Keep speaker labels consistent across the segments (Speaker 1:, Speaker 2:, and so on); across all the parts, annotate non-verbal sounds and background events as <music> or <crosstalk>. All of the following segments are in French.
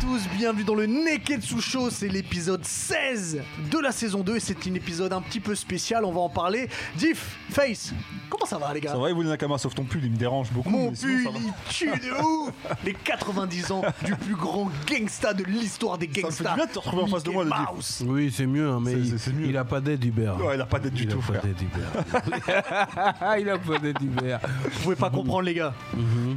Speaker 1: tous, bienvenue dans le Neketsu Show, c'est l'épisode 16 de la saison 2 et c'est un épisode un petit peu spécial, on va en parler. Diff, Face, comment ça va les gars
Speaker 2: Ça va, Ibu Nakama, sauf ton pull, il me dérange beaucoup.
Speaker 1: Mon
Speaker 2: mais sinon,
Speaker 1: pull,
Speaker 2: ça va.
Speaker 1: il tue de
Speaker 2: <laughs>
Speaker 1: ouf Les 90 ans du plus grand gangsta de l'histoire des
Speaker 2: Ça me fait
Speaker 1: gangstas,
Speaker 2: du bien de te retrouver en face de moi,
Speaker 1: Mickey
Speaker 2: le Diff.
Speaker 1: Mouse.
Speaker 3: Oui, c'est mieux, hein, mais
Speaker 2: C'est-
Speaker 3: il,
Speaker 2: c'est- c'est mieux.
Speaker 3: il a pas d'aide Hubert.
Speaker 2: Ouais, il a pas d'aide du
Speaker 3: il
Speaker 2: tout,
Speaker 3: a pas
Speaker 2: frère.
Speaker 3: d'aide Hubert. <laughs> il a pas d'aide Hubert.
Speaker 1: Vous pouvez pas comprendre les gars.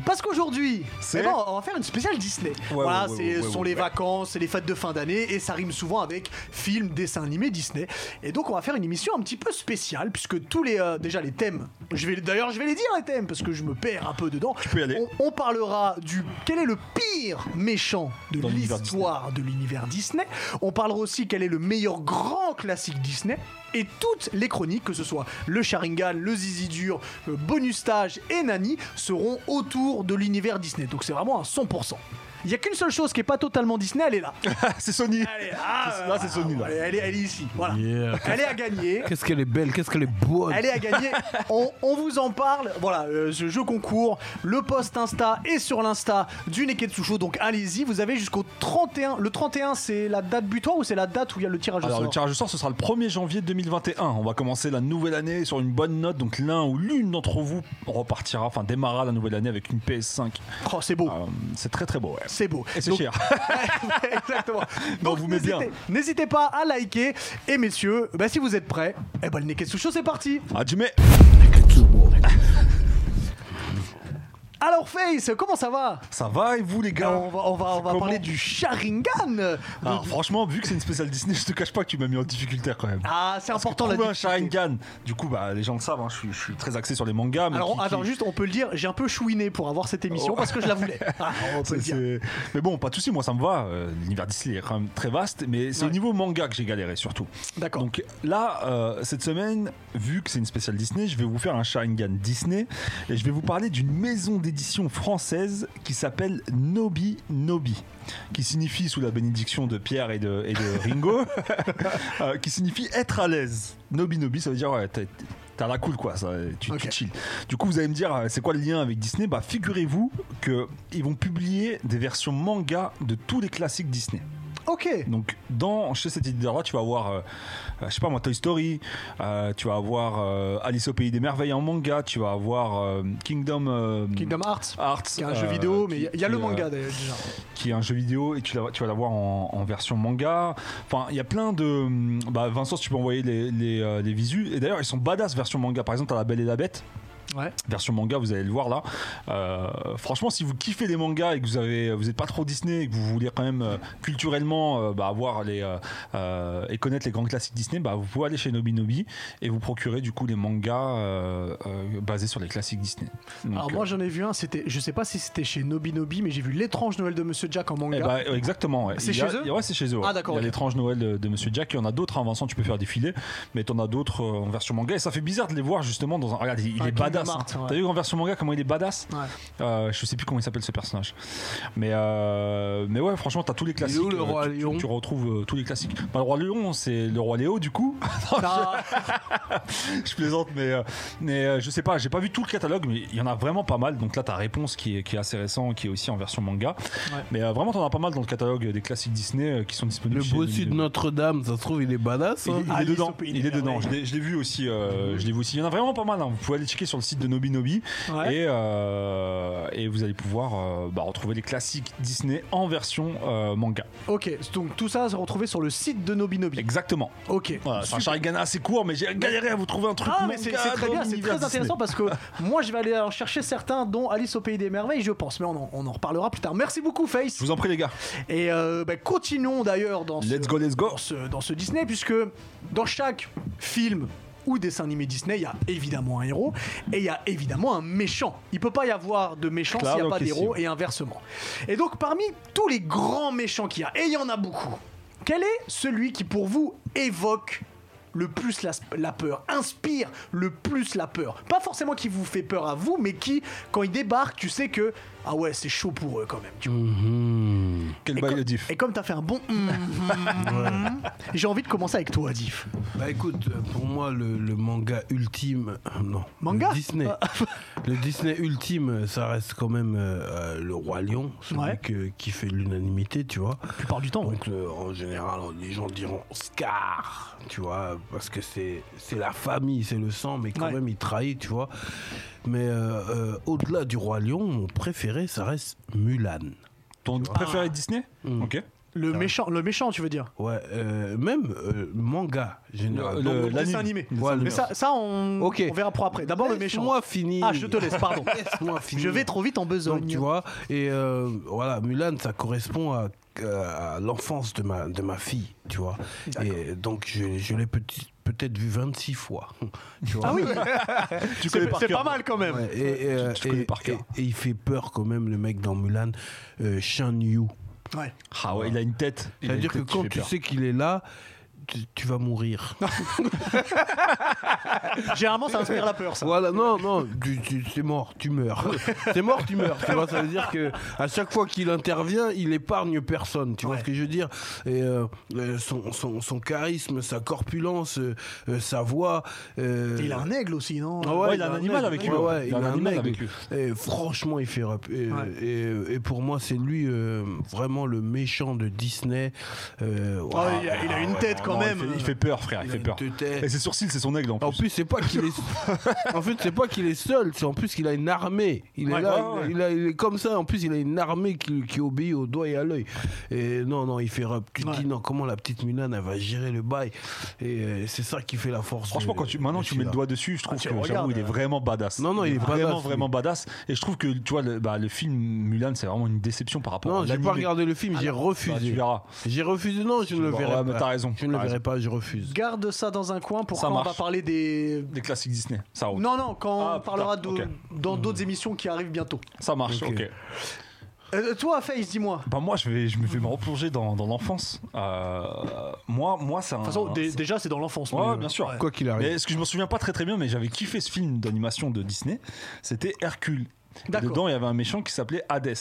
Speaker 1: Parce qu'aujourd'hui,
Speaker 2: Mhm. C'est-
Speaker 1: eh ben, on va faire une spéciale Disney.
Speaker 2: Ouais,
Speaker 1: voilà,
Speaker 2: ouais, ouais,
Speaker 1: c'est-
Speaker 2: ouais,
Speaker 1: ce
Speaker 2: ouais,
Speaker 1: sont
Speaker 2: ouais.
Speaker 1: les vacances, c'est les fêtes de fin d'année et ça rime souvent avec films, dessins animés Disney. Et donc on va faire une émission un petit peu spéciale puisque tous les euh, déjà les thèmes, je vais d'ailleurs je vais les dire les thèmes parce que je me perds un peu dedans.
Speaker 2: peux y aller.
Speaker 1: On, on parlera du quel est le pire méchant de
Speaker 2: Dans l'univers
Speaker 1: l'histoire de l'univers Disney. On parlera aussi quel est le meilleur grand classique Disney. Et toutes les chroniques, que ce soit le Sharingan, le Zizi Dur, le Bonus Stage et Nani, seront autour de l'univers Disney. Donc c'est vraiment un 100%. Il n'y a qu'une seule chose qui n'est pas totalement Disney, <laughs> elle est là.
Speaker 2: Ah, c'est Sony.
Speaker 1: Elle est là.
Speaker 2: Là, c'est Sony, là.
Speaker 1: Elle est, ah, elle est- elle est ici. Voilà. <laughs>
Speaker 3: Yeah.
Speaker 1: Elle est à gagner.
Speaker 3: Qu'est-ce qu'elle est belle, qu'est-ce qu'elle est bonne.
Speaker 1: Elle est à
Speaker 2: <laughs>
Speaker 1: gagner. On, on vous en parle. Voilà, euh, ce jeu concours, le post Insta et sur l'Insta du Neketsu Show. Donc allez-y, vous avez jusqu'au 31. Le 31, c'est la date butoir ou c'est la date où il y a le tirage au
Speaker 2: Alors, le
Speaker 1: sort
Speaker 2: tirage au sort, ce sera le 1er janvier 2021. On va commencer la nouvelle année sur une bonne note. Donc, l'un ou l'une d'entre vous repartira, enfin, démarrera la nouvelle année avec une PS5.
Speaker 1: Oh, c'est beau.
Speaker 2: Euh, c'est très, très beau, ouais.
Speaker 1: C'est beau.
Speaker 2: Et c'est
Speaker 1: Donc-
Speaker 2: cher.
Speaker 1: <laughs> Ouais, Exactement.
Speaker 2: <laughs> Non,
Speaker 1: Donc,
Speaker 2: vous m'aimez
Speaker 1: n'hésitez-
Speaker 2: bien.
Speaker 1: N'hésitez pas à liker. Et messieurs, bah, si vous êtes prêts, eh ben, le Neketsu Show, c'est parti.
Speaker 2: Ah, Jimmy
Speaker 1: Alors, Face, comment ça va
Speaker 2: Ça va et vous, les gars
Speaker 1: on va, on va, on va
Speaker 2: Comment Ah.
Speaker 1: parler du Sharingan.
Speaker 2: Alors, franchement, vu que c'est une spéciale Disney, je te cache pas que tu m'as mis en difficulté quand même.
Speaker 1: Ah, c'est
Speaker 2: Parce que
Speaker 1: important la
Speaker 2: trouver un
Speaker 1: difficulté.
Speaker 2: Sharingan. Du coup, bah, les gens le savent, hein, je, suis, je suis très axé sur les mangas. Mais
Speaker 1: Alors,
Speaker 2: qui- qui-
Speaker 1: attends, juste, on peut le dire, j'ai un peu chouiné pour avoir cette émission
Speaker 2: Oh.
Speaker 1: parce que je la
Speaker 2: <laughs>
Speaker 1: voulais. Ah, on peut
Speaker 2: C'est-
Speaker 1: le dire.
Speaker 2: c'est- Mais bon, pas de soucis, moi ça me va. Euh, L'univers Disney est quand même très vaste, mais c'est
Speaker 1: Ouais.
Speaker 2: au niveau manga que j'ai galéré surtout.
Speaker 1: D'accord.
Speaker 2: Donc là, euh, cette semaine, vu que c'est une spéciale Disney, je vais vous faire un Sharingan Disney et je vais vous parler d'une maison d'édition française qui s'appelle Nobi Nobi, qui signifie sous la bénédiction de Pierre et de, et de Ringo, <laughs> euh, qui signifie être à l'aise. Nobi Nobi, ça veut dire ouais, t'es- T'as la cool quoi, ça, tu, tu
Speaker 1: Ok.
Speaker 2: chill. Du coup, vous allez me dire, euh, c'est quoi le lien avec Disney Bah, figurez-vous que ils vont publier des versions manga de tous les classiques Disney.
Speaker 1: Ok.
Speaker 2: Donc, dans, chez cet éditeur-là, tu vas avoir, euh, euh, je sais pas moi, Toy Story, euh, tu vas avoir euh, Alice au Pays des Merveilles en manga, tu vas avoir euh, Kingdom, euh,
Speaker 1: Kingdom Hearts.
Speaker 2: Hearts.
Speaker 1: Qui est un
Speaker 2: euh,
Speaker 1: jeu vidéo, mais
Speaker 2: qui-
Speaker 1: il y a le
Speaker 2: qui,
Speaker 1: manga
Speaker 2: euh,
Speaker 1: d'ailleurs déjà.
Speaker 2: qui est un jeu vidéo et tu, la- tu vas l'avoir en, en version manga. Enfin, il y a plein de. hum, Bah, Vincent, si tu peux envoyer les, les, euh, les visus. Et d'ailleurs, ils sont badass version manga. Par exemple, t'as La Belle et la Bête.
Speaker 1: Ouais.
Speaker 2: Version manga, vous allez le voir là. Euh, franchement, si vous kiffez les mangas et que vous avez, vous n'êtes pas trop Disney et que vous voulez quand même euh, culturellement euh, bah, avoir les euh, euh, et connaître les grands classiques Disney, bah, vous pouvez aller chez Nobi Nobi et vous procurer du coup les mangas euh, euh, basés sur les classiques Disney. Donc, euh,
Speaker 1: Alors, moi j'en ai vu un, c'était, je sais pas si c'était chez Nobi Nobi, mais j'ai vu L'étrange Noël de Monsieur Jack en manga.
Speaker 2: Eh ben, euh, exactement. ouais.
Speaker 1: C'est
Speaker 2: Il y a-
Speaker 1: chez eux
Speaker 2: il y a- Ouais, c'est chez eux. ouais.
Speaker 1: Ah, d'accord,
Speaker 2: Il y a
Speaker 1: ok.
Speaker 2: l'étrange Noël de, de Monsieur Jack. Il y en a d'autres. hein, Vincent, tu peux faire défiler, mais t'en as d'autres euh, en version manga. Et ça fait bizarre de les voir justement dans un. Regarde, il, il
Speaker 1: Ouais,
Speaker 2: est
Speaker 1: Kingdom
Speaker 2: badass. hein.
Speaker 1: Hearts, ouais.
Speaker 2: T'as vu en version manga comment il est badass
Speaker 1: Ouais.
Speaker 2: Euh, Je sais plus comment il s'appelle ce personnage. Mais euh, mais ouais, franchement, t'as tous les classiques.
Speaker 3: où, le
Speaker 2: euh,
Speaker 3: roi
Speaker 2: tu- tu,
Speaker 3: Léon
Speaker 2: tu retrouves euh, tous les classiques. Bah, le roi Léon, c'est le roi Léo du coup. <laughs> Non,
Speaker 1: Ah,
Speaker 2: je <laughs> plaisante, mais, euh, mais euh, je sais pas, j'ai pas vu tout le catalogue, mais il y en a vraiment pas mal. Donc là, ta réponse qui est, qui est assez récent, qui est aussi en version manga.
Speaker 1: Ouais.
Speaker 2: Mais euh, vraiment, t'en as pas mal dans le catalogue des classiques Disney euh, qui sont disponibles.
Speaker 3: Le
Speaker 2: chez
Speaker 3: bossu de
Speaker 2: Nintendo.
Speaker 3: Notre-Dame, ça se trouve, il est badass.
Speaker 2: Il,
Speaker 3: hein.
Speaker 2: il est
Speaker 1: Alice au
Speaker 2: dedans,
Speaker 1: Pays des
Speaker 2: il est dedans. Je
Speaker 1: Merveilles.
Speaker 2: l'ai je l'ai vu aussi, euh, je l'ai vu aussi. Il y en a vraiment pas mal. hein. Vous pouvez aller checker sur le site de Nobi Nobi
Speaker 1: Ouais.
Speaker 2: et, euh, et vous allez pouvoir euh, bah, retrouver les classiques Disney en version euh, manga.
Speaker 1: ok, donc tout ça se retrouvé sur le site de Nobi Nobi.
Speaker 2: Exactement.
Speaker 1: Ok.
Speaker 2: Voilà, c'est un
Speaker 1: Super.
Speaker 2: Sharingan assez court, mais j'ai galéré à vous trouver un truc
Speaker 1: Ah,
Speaker 2: manga
Speaker 1: mais c'est c'est très
Speaker 2: dans
Speaker 1: bien, c'est
Speaker 2: l'univers
Speaker 1: très
Speaker 2: Disney.
Speaker 1: intéressant
Speaker 2: <laughs>
Speaker 1: parce que moi je vais aller en chercher certains, dont Alice au Pays des Merveilles, je pense, mais on en, on en reparlera plus tard. Merci beaucoup, Face.
Speaker 2: Je vous en prie, les gars.
Speaker 1: Et euh, bah, continuons d'ailleurs dans, ce-
Speaker 2: Let's go, let's go.
Speaker 1: dans ce, euh, dans ce Disney, puisque dans chaque film ou dessin animé Disney, il y a évidemment un héros et il y a évidemment un méchant. Il peut pas y avoir de méchant s'il
Speaker 2: Claro
Speaker 1: n'y a pas
Speaker 2: que si.
Speaker 1: d'héros et inversement. Et donc parmi tous les grands méchants qu'il y a, et il y en a beaucoup, quel est celui qui pour vous évoque le plus la, la peur, inspire le plus la peur. Pas forcément qui vous fait peur à vous, mais qui, quand ils débarquent, tu sais que ah ouais, c'est chaud pour eux quand même. tu vois.
Speaker 2: Quel
Speaker 3: Hmm.
Speaker 1: Et
Speaker 3: Bah,
Speaker 2: bail
Speaker 1: comme-
Speaker 2: de diff.
Speaker 1: Et comme t'as fait un bon, <laughs> hum, hum, hum, j'ai envie de commencer avec toi, Diff.
Speaker 3: Bah écoute, euh, pour moi, le, le manga ultime. euh, Non.
Speaker 1: Manga Ah.
Speaker 3: Le Disney. le Disney ultime, euh, ça reste quand même euh, euh, le Roi Lion, celui
Speaker 1: Ouais.
Speaker 3: que- qui fait l'unanimité, tu vois.
Speaker 1: La plupart du temps, ouais.
Speaker 3: Donc euh, en général, les gens diront Scar, tu vois, parce que c'est c'est la famille, c'est le sang, mais quand
Speaker 1: Ouais.
Speaker 3: même il trahit, tu vois. Mais euh, euh, au-delà du roi lion, mon préféré, ça reste Mulan.
Speaker 2: Ton préféré de Disney
Speaker 1: Ah. Hmm.
Speaker 3: Mm.
Speaker 2: Ok.
Speaker 1: le méchant, le méchant, tu veux dire.
Speaker 3: Ouais, euh, même euh, manga général.
Speaker 2: Le-
Speaker 3: Donc,
Speaker 1: Le dessin
Speaker 2: l'anime.
Speaker 1: animé.
Speaker 3: Ouais, le
Speaker 1: mais ça, ça, on,
Speaker 3: Ok.
Speaker 1: on verra pour après. D'abord le méchant.
Speaker 3: Laisse-moi finir.
Speaker 1: Ah, je te laisse, pardon.
Speaker 3: <laughs> Laisse-moi finir.
Speaker 1: Je vais trop vite en besogne.
Speaker 3: Donc tu vois, et euh, voilà, Mulan, ça correspond à, à l'enfance de ma, de ma fille, tu vois. Et donc je, je l'ai petit- peut-être vu 26 fois. <laughs> Tu vois.
Speaker 1: Ah oui,
Speaker 2: Tu
Speaker 1: c'est
Speaker 2: connais par
Speaker 1: c'est
Speaker 2: cœur.
Speaker 1: pas mal quand même.
Speaker 3: Ouais, et, et, euh,
Speaker 2: tu connais
Speaker 3: et-
Speaker 2: par cœur.
Speaker 3: et- et il fait peur quand même, le mec dans Mulan, euh, Shan Yu.
Speaker 1: Ouais.
Speaker 2: Ah ouais, il a une tête. Il a une
Speaker 3: C'est-à-dire que
Speaker 2: tête qui
Speaker 3: quand
Speaker 2: fait
Speaker 3: tu
Speaker 2: peur.
Speaker 3: sais qu'il est là, tu, tu vas <laughs> mourir.
Speaker 1: Généralement, ça inspire la peur, ça.
Speaker 3: voilà, non, non, tu, tu- c'est mort, tu <laughs> meurs. c'est mort, tu meurs. Tu vois, ça veut dire que à chaque fois qu'il intervient, il épargne personne. Tu vois
Speaker 1: Ouais.
Speaker 3: ce que je veux dire Et euh, euh, son, son, son charisme, sa corpulence, euh, euh, sa voix. euh,
Speaker 1: Il a un aigle aussi, non
Speaker 3: Ah
Speaker 2: Ouais, il a un animal avec lui. hein.
Speaker 3: Ouais, ouais,
Speaker 2: Il a un animal avec lui.
Speaker 3: Et franchement, il fait rap. Et,
Speaker 1: Ouais.
Speaker 3: et- et pour moi, c'est lui euh, vraiment le méchant de Disney. Euh,
Speaker 1: Ah,
Speaker 3: waouh,
Speaker 1: il, a, il a une tête quand
Speaker 2: Non,
Speaker 1: même.
Speaker 2: Il fait, il fait peur, frère. Il,
Speaker 3: il a
Speaker 2: Oh, fait
Speaker 3: une
Speaker 2: peur.
Speaker 3: tête.
Speaker 2: Et ses sourcils, c'est son aigle en
Speaker 3: En
Speaker 2: plus.
Speaker 3: plus, c'est pas qu'il
Speaker 2: <laughs>
Speaker 3: est. en fait, c'est pas qu'il est seul. C'est en plus qu'il a une armée. Il est
Speaker 1: Ouais,
Speaker 3: là.
Speaker 2: ouais, ouais.
Speaker 3: Il, a- il est comme ça. En plus, il a une armée qui, qui obéit au doigt et à l'œil. Et non, non, il fait rap. Tu te
Speaker 1: Ouais.
Speaker 3: dis non, comment la petite Mulan elle va gérer le bail Et euh, c'est ça qui fait la force.
Speaker 2: Franchement,
Speaker 3: de-
Speaker 2: quand tu, maintenant
Speaker 3: de
Speaker 2: tu mets le
Speaker 3: celui-là.
Speaker 2: doigt dessus,
Speaker 3: Ah,
Speaker 2: je trouve
Speaker 1: tu
Speaker 2: que
Speaker 1: regardes,
Speaker 2: j'avoue, il est
Speaker 1: euh.
Speaker 2: vraiment badass.
Speaker 3: hein. Non, non, il est
Speaker 2: vraiment,
Speaker 3: badass,
Speaker 2: vraiment badass. Et je trouve que tu vois, le, bah, le film Mulan, c'est vraiment une déception par rapport
Speaker 3: Non,
Speaker 2: à
Speaker 3: j'ai
Speaker 2: l'anime.
Speaker 3: pas regardé le film. J'ai
Speaker 2: Bah, tu
Speaker 3: refusé.
Speaker 2: verras.
Speaker 3: J'ai refusé, non, je ne le
Speaker 2: Bon,
Speaker 3: verrai
Speaker 2: ouais, mais
Speaker 3: pas.
Speaker 2: t'as raison,
Speaker 3: Je ne le
Speaker 2: t'as
Speaker 3: verrai
Speaker 2: raison.
Speaker 3: pas, je refuse.
Speaker 1: Garde ça dans un coin pour
Speaker 2: Ça
Speaker 1: quand on va
Speaker 2: marche.
Speaker 1: parler des.
Speaker 2: Des classiques Disney, ça roule.
Speaker 1: Non, non, quand
Speaker 2: Ah,
Speaker 1: on parlera
Speaker 2: putain,
Speaker 1: de-
Speaker 2: ok.
Speaker 3: Hmm.
Speaker 1: dans d'autres émissions qui arrivent bientôt.
Speaker 2: Ça marche,
Speaker 3: Ok.
Speaker 2: ok.
Speaker 1: Euh, toi, Face, dis-moi. De
Speaker 2: Bah moi, je vais, je me vais me replonger dans, dans l'enfance. Euh, moi, moi, c'est un.
Speaker 1: toute
Speaker 3: Ah,
Speaker 1: façon, dé- déjà, c'est dans l'enfance.
Speaker 2: Ouais,
Speaker 1: mais, euh,
Speaker 2: bien sûr.
Speaker 1: ouais.
Speaker 3: Quoi qu'il arrive.
Speaker 2: Mais ce que je me souviens pas très très bien, mais j'avais kiffé ce film d'animation de Disney, c'était Hercule. Et
Speaker 1: D'accord.
Speaker 2: Dedans, il y avait un méchant qui s'appelait Hadès.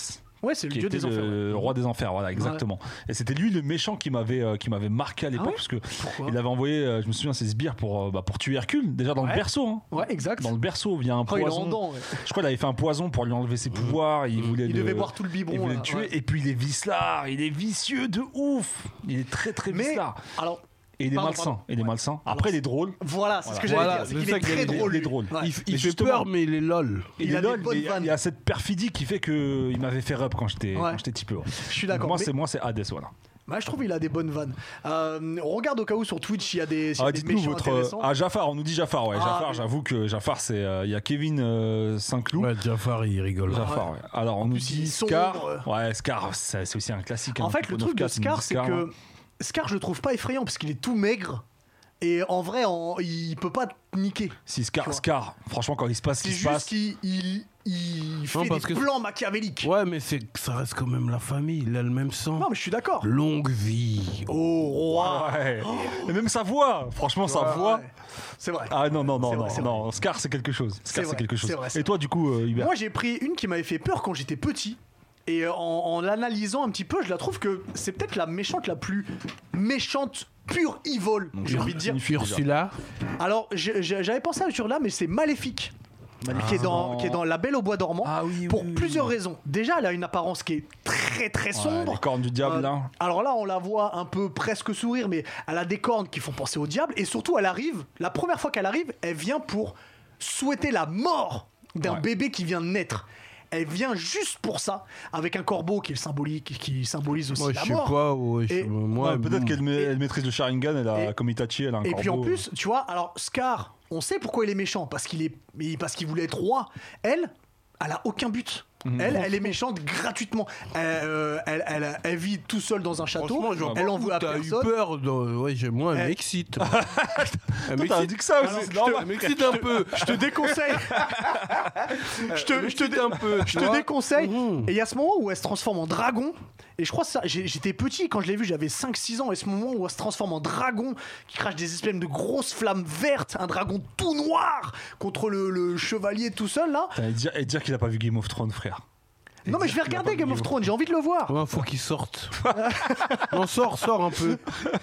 Speaker 1: Ouais, c'est le
Speaker 2: qui
Speaker 1: dieu
Speaker 2: était
Speaker 1: des enfers.
Speaker 2: le roi des enfers voilà exactement et c'était lui le méchant qui m'avait euh, qui m'avait marqué à l'époque
Speaker 1: Ah ouais
Speaker 2: parce que
Speaker 1: Pourquoi
Speaker 2: il avait envoyé euh, je me souviens ses sbires pour euh, bah, pour tuer Hercule déjà dans
Speaker 1: Ouais.
Speaker 2: le berceau hein.
Speaker 1: Ouais, exact.
Speaker 2: dans le berceau via un
Speaker 1: Oh, il est en
Speaker 2: poison
Speaker 1: dents, ouais.
Speaker 2: je crois qu'il avait fait un poison pour lui enlever ses pouvoirs il voulait
Speaker 1: Mmh. Il
Speaker 2: le-
Speaker 1: devait boire tout le biberon.
Speaker 2: il voulait
Speaker 1: là,
Speaker 2: le tuer
Speaker 1: ouais.
Speaker 2: et puis il est vicelard il est vicieux de ouf il est très très
Speaker 1: Mais
Speaker 2: vicelard
Speaker 1: alors,
Speaker 2: et il est
Speaker 1: pardon,
Speaker 2: malsain
Speaker 1: pardon.
Speaker 2: il est malsain après il est drôle
Speaker 1: voilà, c'est ce que j'allais
Speaker 3: Voilà,
Speaker 1: dire. C'est
Speaker 3: c'est
Speaker 1: qu'il
Speaker 3: ça
Speaker 1: est
Speaker 3: que
Speaker 1: très
Speaker 3: j'allais dire,
Speaker 1: drôle.
Speaker 2: il est
Speaker 1: lui.
Speaker 2: drôle.
Speaker 1: Ouais.
Speaker 3: Il, il
Speaker 2: Mais
Speaker 3: fait
Speaker 2: justement-
Speaker 3: peur, mais il est lol.
Speaker 1: Il
Speaker 2: est
Speaker 1: a des
Speaker 2: lol,
Speaker 1: bonnes
Speaker 2: mais il y a-
Speaker 1: vannes.
Speaker 2: il y a cette perfidie qui fait que il m'avait fait rep quand j'étais
Speaker 1: Ouais.
Speaker 2: quand j'étais petit peu. ouais.
Speaker 1: Je suis d'accord.
Speaker 2: Moi
Speaker 1: mais-
Speaker 2: c'est moi c'est Hades voilà.
Speaker 1: Bah, je trouve qu'il a des bonnes vannes. Euh, on regarde au cas où sur Twitch, il y a des, s'il y a
Speaker 2: Ah,
Speaker 1: des
Speaker 2: dites-nous
Speaker 1: méchants
Speaker 2: votre. euh,
Speaker 1: intéressants.
Speaker 2: Ah, Jafar, on nous dit Jafar, ouais.
Speaker 1: Ah,
Speaker 2: Jafar,
Speaker 1: mais-
Speaker 2: j'avoue que Jafar, c'est. euh, Il y a Kevin euh, Saint-Cloud.
Speaker 3: Ouais, Jafar, il rigole.
Speaker 2: Jafar, ouais. Alors, on nous
Speaker 1: plus, il
Speaker 2: dit
Speaker 1: est sombre.
Speaker 2: Scar. Ouais, Scar, c'est c'est aussi un classique. hein,
Speaker 1: en fait,
Speaker 2: tout
Speaker 1: le
Speaker 2: pour
Speaker 1: truc de
Speaker 2: 94, on nous
Speaker 1: Scar,
Speaker 2: dit hein.
Speaker 1: c'est que Scar, je le trouve pas effrayant parce qu'il est tout maigre. Et en vrai, en- il peut pas te niquer.
Speaker 2: Si
Speaker 1: tu
Speaker 2: Scar,
Speaker 1: vois.
Speaker 2: Scar, franchement, quand il se passe ce
Speaker 1: C'est
Speaker 2: qui se
Speaker 1: juste
Speaker 2: passe.
Speaker 1: qu'il il, il fait
Speaker 3: parce
Speaker 1: des
Speaker 3: que-
Speaker 1: plans machiavéliques.
Speaker 3: Ouais, mais c'est, ça reste quand même la famille. Il a le même sang.
Speaker 1: Non, mais je suis d'accord.
Speaker 3: Longue vie.
Speaker 1: Oh, roi
Speaker 2: Ouais. Et même sa voix, franchement, sa voix.
Speaker 1: Oh. Ouais. C'est vrai.
Speaker 2: hein. Ah non, non, non,
Speaker 1: C'est vrai,
Speaker 2: non,
Speaker 1: c'est
Speaker 2: non. Scar, c'est quelque chose. Scar,
Speaker 1: vrai,
Speaker 2: c'est quelque chose.
Speaker 1: c'est vrai, c'est
Speaker 2: Et toi, du coup, euh, Hubert
Speaker 1: Moi, j'ai pris une qui m'avait fait peur quand j'étais petit. Et euh, en, en l'analysant un petit peu, je la trouve que c'est peut-être la méchante la plus méchante, pure evil, j'ai envie de dire.
Speaker 2: <laughs> Une fille, déjà.
Speaker 3: Ursula.
Speaker 1: Alors, j'ai- j'ai- j'avais pensé à Ursula, mais c'est Maléfique. Qui, est dans, qui est dans La Belle au Bois dormant.
Speaker 2: Ah oui, oui,
Speaker 1: pour
Speaker 2: oui, oui.
Speaker 1: plusieurs raisons. Déjà, elle a une apparence qui est très très
Speaker 2: Ouais,
Speaker 1: sombre.
Speaker 2: les cornes du diable, hein.
Speaker 1: Euh,
Speaker 2: là.
Speaker 1: alors là, on la voit un peu presque sourire, mais elle a des cornes qui font penser au diable. Et surtout, elle arrive, la première fois qu'elle arrive, elle vient pour souhaiter la mort d'un
Speaker 2: Ouais.
Speaker 1: bébé qui vient de naître. Elle vient juste pour ça, avec un corbeau qui, est symbolique, qui symbolise aussi
Speaker 3: Moi, je
Speaker 1: la
Speaker 3: sais
Speaker 1: mort.
Speaker 3: pas. ouais, je-
Speaker 1: Et-
Speaker 3: moi,
Speaker 2: Ouais, Peut-être
Speaker 3: bon.
Speaker 2: qu'elle ma- elle maîtrise le Sharingan, elle a,
Speaker 1: et-
Speaker 2: comme Itachi, elle a un
Speaker 1: Et puis en
Speaker 2: corbeau.
Speaker 1: plus, tu vois, alors Scar, on sait pourquoi il est méchant, parce qu'il est, il- parce qu'il voulait être roi. Elle, elle a aucun but.
Speaker 2: Mhm.
Speaker 1: Elle, elle est méchante gratuitement. Elle, euh, elle, elle- elle vit tout seule dans un château.
Speaker 3: Franchement, genre,
Speaker 1: Elle en veut à
Speaker 3: t'as eu
Speaker 1: personne.
Speaker 3: peur. de- Ouais, j'ai- moi, elle
Speaker 1: Eh.
Speaker 3: <laughs> m'excite.
Speaker 2: Toi, t'as
Speaker 3: Elle
Speaker 2: dit
Speaker 3: m'excite.
Speaker 2: que ça
Speaker 1: Ah
Speaker 3: Alors,
Speaker 2: aussi.
Speaker 3: je
Speaker 2: c'est
Speaker 3: te-
Speaker 2: normal.
Speaker 3: elle m'excite un peu.
Speaker 1: Je te
Speaker 2: <laughs>
Speaker 1: déconseille. je
Speaker 2: Euh,
Speaker 1: te, je te, dé-
Speaker 3: un peu.
Speaker 1: je te déconseille.
Speaker 3: Mhm.
Speaker 2: Mmh.
Speaker 1: Et il y a ce moment où elle se transforme en dragon. Et je crois que ça, j'ai- j'étais petit quand je l'ai vu, j'avais 5-6 ans. Et ce moment où elle se transforme en dragon, qui crache des espèces de grosses flammes vertes, un dragon tout noir contre le, le chevalier tout seul là.
Speaker 2: T'allais dire- Et dire qu'il a pas vu Game of Thrones, frère.
Speaker 1: Non mais je vais
Speaker 2: qu'il a
Speaker 1: regarder
Speaker 2: pas
Speaker 1: Game
Speaker 2: oublié.
Speaker 1: of Thrones, j'ai envie de le voir.
Speaker 3: Ouais, faut qu'il sorte. non, sors, sors un peu.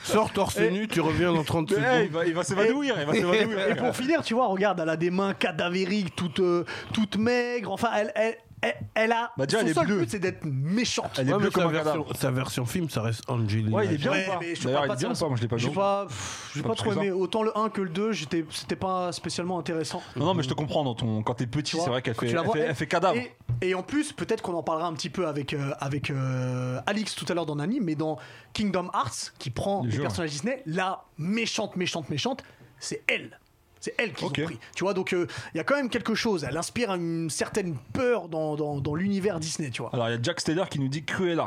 Speaker 3: Sors torse nu, tu reviens dans 30 secondes.
Speaker 2: Eh, il va, il va s'évanouir, <laughs> il va
Speaker 1: Et
Speaker 2: s'évanouir.
Speaker 1: pour finir, tu vois, regarde, elle a des mains cadavériques, toutes, euh, toutes maigres. Enfin, elle, elle, elle, elle a.
Speaker 2: Bah, déjà,
Speaker 1: son
Speaker 2: elle est
Speaker 1: seul
Speaker 2: bleue.
Speaker 1: but, c'est d'être méchante.
Speaker 2: Elle est
Speaker 3: Ouais, mais
Speaker 2: bleue comme
Speaker 3: sa,
Speaker 2: un cadavre.
Speaker 3: version, sa version film, ça reste Angelina.
Speaker 2: Ouais, il est bien
Speaker 1: Ouais,
Speaker 2: ou pas
Speaker 1: mais je te
Speaker 2: D'ailleurs,
Speaker 1: parle
Speaker 2: il est
Speaker 1: de
Speaker 2: bien ou
Speaker 1: ça.
Speaker 2: pas Moi, je l'ai pas
Speaker 1: J'ai
Speaker 2: vu.
Speaker 1: pas, pff, j'ai
Speaker 2: Pas
Speaker 1: pas
Speaker 2: très
Speaker 1: trop aimé. Autant le 1 que le 2, j'étais- c'était pas spécialement intéressant.
Speaker 2: Non, non, mais je te comprends. Dans ton... Quand t'es
Speaker 1: Tu
Speaker 2: petit,
Speaker 1: vois,
Speaker 2: c'est vrai qu'elle
Speaker 1: quand
Speaker 2: fait,
Speaker 1: tu la
Speaker 2: elle
Speaker 1: vois,
Speaker 2: fait, elle fait cadavre.
Speaker 1: Et, et en plus, peut-être qu'on en parlera un petit peu avec, euh, avec euh, Alix tout à l'heure dans Nani, mais dans Kingdom Hearts, qui prend
Speaker 2: Les
Speaker 1: les
Speaker 2: jeux,
Speaker 1: personnages Disney, la méchante, méchante, méchante, c'est elle. C'est elle qui
Speaker 2: Ok.
Speaker 1: ont pris. Tu vois, donc euh, il y a quand même quelque chose. Elle inspire une certaine peur dans, dans, dans l'univers Disney, tu vois.
Speaker 2: Alors, il y a Jack Steller qui nous dit Cruella.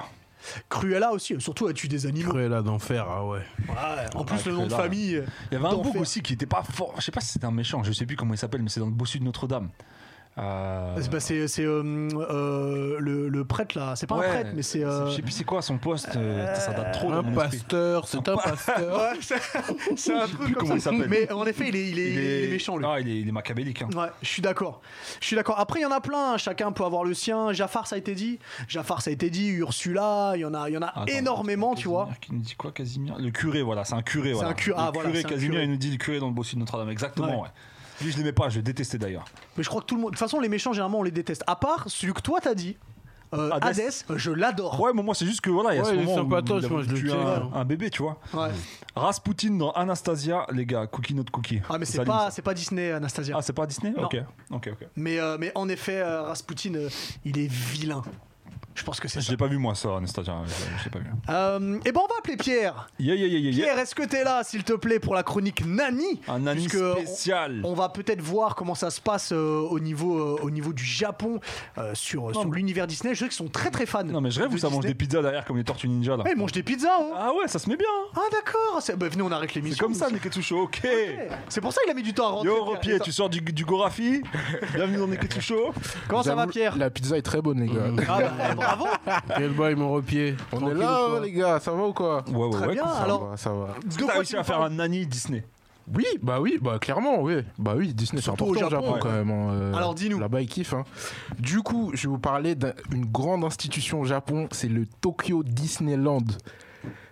Speaker 1: Cruella aussi, euh, surtout elle tue des animaux.
Speaker 3: Cruella d'enfer, ah ouais.
Speaker 1: Ouais, en plus,
Speaker 2: Ah,
Speaker 1: le nom de
Speaker 2: Cruella.
Speaker 1: famille. euh,
Speaker 2: Il y avait un
Speaker 1: d'enfer.
Speaker 2: bouc aussi qui était pas fort. Je sais pas si c'était un méchant, je sais plus comment il s'appelle, mais c'est dans le bossu de Notre-Dame. Euh,
Speaker 1: C'est bah, c'est- c'est, euh, euh, le, le prêtre là, c'est pas
Speaker 2: ouais,
Speaker 1: un prêtre, mais c'est. euh,
Speaker 2: Je sais plus c'est quoi son poste, euh, putain, ça date trop. dans
Speaker 3: Un
Speaker 2: mon esprit.
Speaker 3: pasteur, c'est un pasteur.
Speaker 1: Ouais, <laughs> c'est c'est un truc
Speaker 2: plus
Speaker 1: comme
Speaker 2: comment
Speaker 1: ça.
Speaker 2: il s'appelle.
Speaker 1: Mais en effet, il est, il est, il est méchant lui.
Speaker 2: Ah, il est, il est macabélique. hein.
Speaker 1: Ouais, je suis d'accord. Je suis d'accord. Après, il y en a plein. hein. Chacun peut avoir le sien. Jaffar, ça a été dit. Jaffar, ça a été dit. Ursula, il y en a, il y en a
Speaker 2: Ah, Attends,
Speaker 1: énormément, tu vois.
Speaker 2: Casimir Qui nous dit quoi, Casimir Le curé, voilà, c'est un curé. voilà.
Speaker 1: un curé,
Speaker 2: Le
Speaker 1: ah, voilà, c'est un
Speaker 2: Casimir,
Speaker 1: curé.
Speaker 2: il nous dit le curé dans le bossu de Notre-Dame. Exactement,
Speaker 1: Ouais.
Speaker 2: ouais. Lui, je l'aimais pas, je le détestais d'ailleurs.
Speaker 1: Mais je crois que tout le monde. De toute façon, les méchants, généralement, on les déteste. À part celui que toi, t'as dit. Euh, Hades.
Speaker 2: Hades.
Speaker 1: euh, je l'adore.
Speaker 2: Ouais, mais moi, c'est juste que voilà, il y a
Speaker 3: Ouais,
Speaker 2: ce
Speaker 3: il est
Speaker 2: moment où
Speaker 3: sympatoche,
Speaker 2: il a
Speaker 3: moi,
Speaker 2: voulu
Speaker 3: je le hein.
Speaker 2: tuer
Speaker 3: tue,
Speaker 2: un,
Speaker 3: ouais.
Speaker 2: un bébé, tu vois.
Speaker 1: Ouais.
Speaker 2: Rasputin dans Anastasia, les gars, Cookie Not Cookie.
Speaker 1: Ah, mais
Speaker 2: Ça
Speaker 1: c'est
Speaker 2: dit
Speaker 1: pas,
Speaker 2: ça.
Speaker 1: c'est pas Disney, euh, Anastasia.
Speaker 2: Ah, c'est pas Disney
Speaker 1: Non.
Speaker 2: Ok, ok, ok.
Speaker 1: Mais, euh, mais en effet, euh, Rasputin, euh, il est vilain. Je pense que c'est
Speaker 2: Je
Speaker 1: ça.
Speaker 2: l'ai pas vu moi ça, Anastasia. Je je l'ai pas vu.
Speaker 1: Euh, et ben, on va appeler Pierre.
Speaker 2: Yeah, yeah, yeah, yeah, yeah.
Speaker 1: Pierre, est-ce que t'es là, s'il te plaît, pour la chronique Nani
Speaker 2: Un nani
Speaker 1: Puisque on-
Speaker 2: spécial.
Speaker 1: On va peut-être voir comment ça se passe euh, au, niveau, euh, au niveau du Japon euh, sur, sur
Speaker 2: mais-
Speaker 1: l'univers Disney. Je sais qu'ils sont très très fans.
Speaker 2: Non mais je rêve
Speaker 1: de
Speaker 2: où ça mange
Speaker 1: Disney.
Speaker 2: des pizzas derrière comme les tortues ninja là.
Speaker 1: Ouais, ils mangent des pizzas. hein.
Speaker 2: Ah ouais, ça se met bien. hein.
Speaker 1: Ah, d'accord. C'est- bah, venez, on arrête
Speaker 2: C'est
Speaker 1: l'émission.
Speaker 2: comme ça, Neketsucho. Ok.
Speaker 1: Ouais. C'est pour ça qu'il a mis du temps à rentrer.
Speaker 2: Yo,
Speaker 1: Pierre.
Speaker 2: Repier, tu sors du, du Gorafi. Bienvenue dans Neketsucho.
Speaker 1: Comment ça va,
Speaker 4: J'avoue,
Speaker 1: Pierre
Speaker 4: La pizza est très bonne, les gars.
Speaker 1: Ah, bah, eh, Bravo.
Speaker 3: Mmh. Quel bail, mon repied.
Speaker 4: On est
Speaker 3: Tranquille
Speaker 4: là,
Speaker 3: ou quoi Ah bah,
Speaker 4: ouais, les gars, ça va ou quoi
Speaker 2: Ouais, ouais,
Speaker 1: Très bien.
Speaker 4: Ça
Speaker 1: Alors,
Speaker 4: va, ça va.
Speaker 1: de
Speaker 2: Deux
Speaker 1: quoi
Speaker 2: fois tu
Speaker 1: tu
Speaker 2: vas
Speaker 1: vas
Speaker 2: faire un nani Disney.
Speaker 4: Oui, bah oui, bah clairement, oui. Bah oui, Disney, c'est
Speaker 1: Surtout au
Speaker 4: important au Japon,
Speaker 1: Japon, ouais.
Speaker 4: quand même. hein, euh,
Speaker 1: Alors, dis-nous.
Speaker 4: Là-bas, ils kiffent. hein. Du coup, je vais vous parler d'une grande institution au Japon, c'est le Tokyo Disneyland.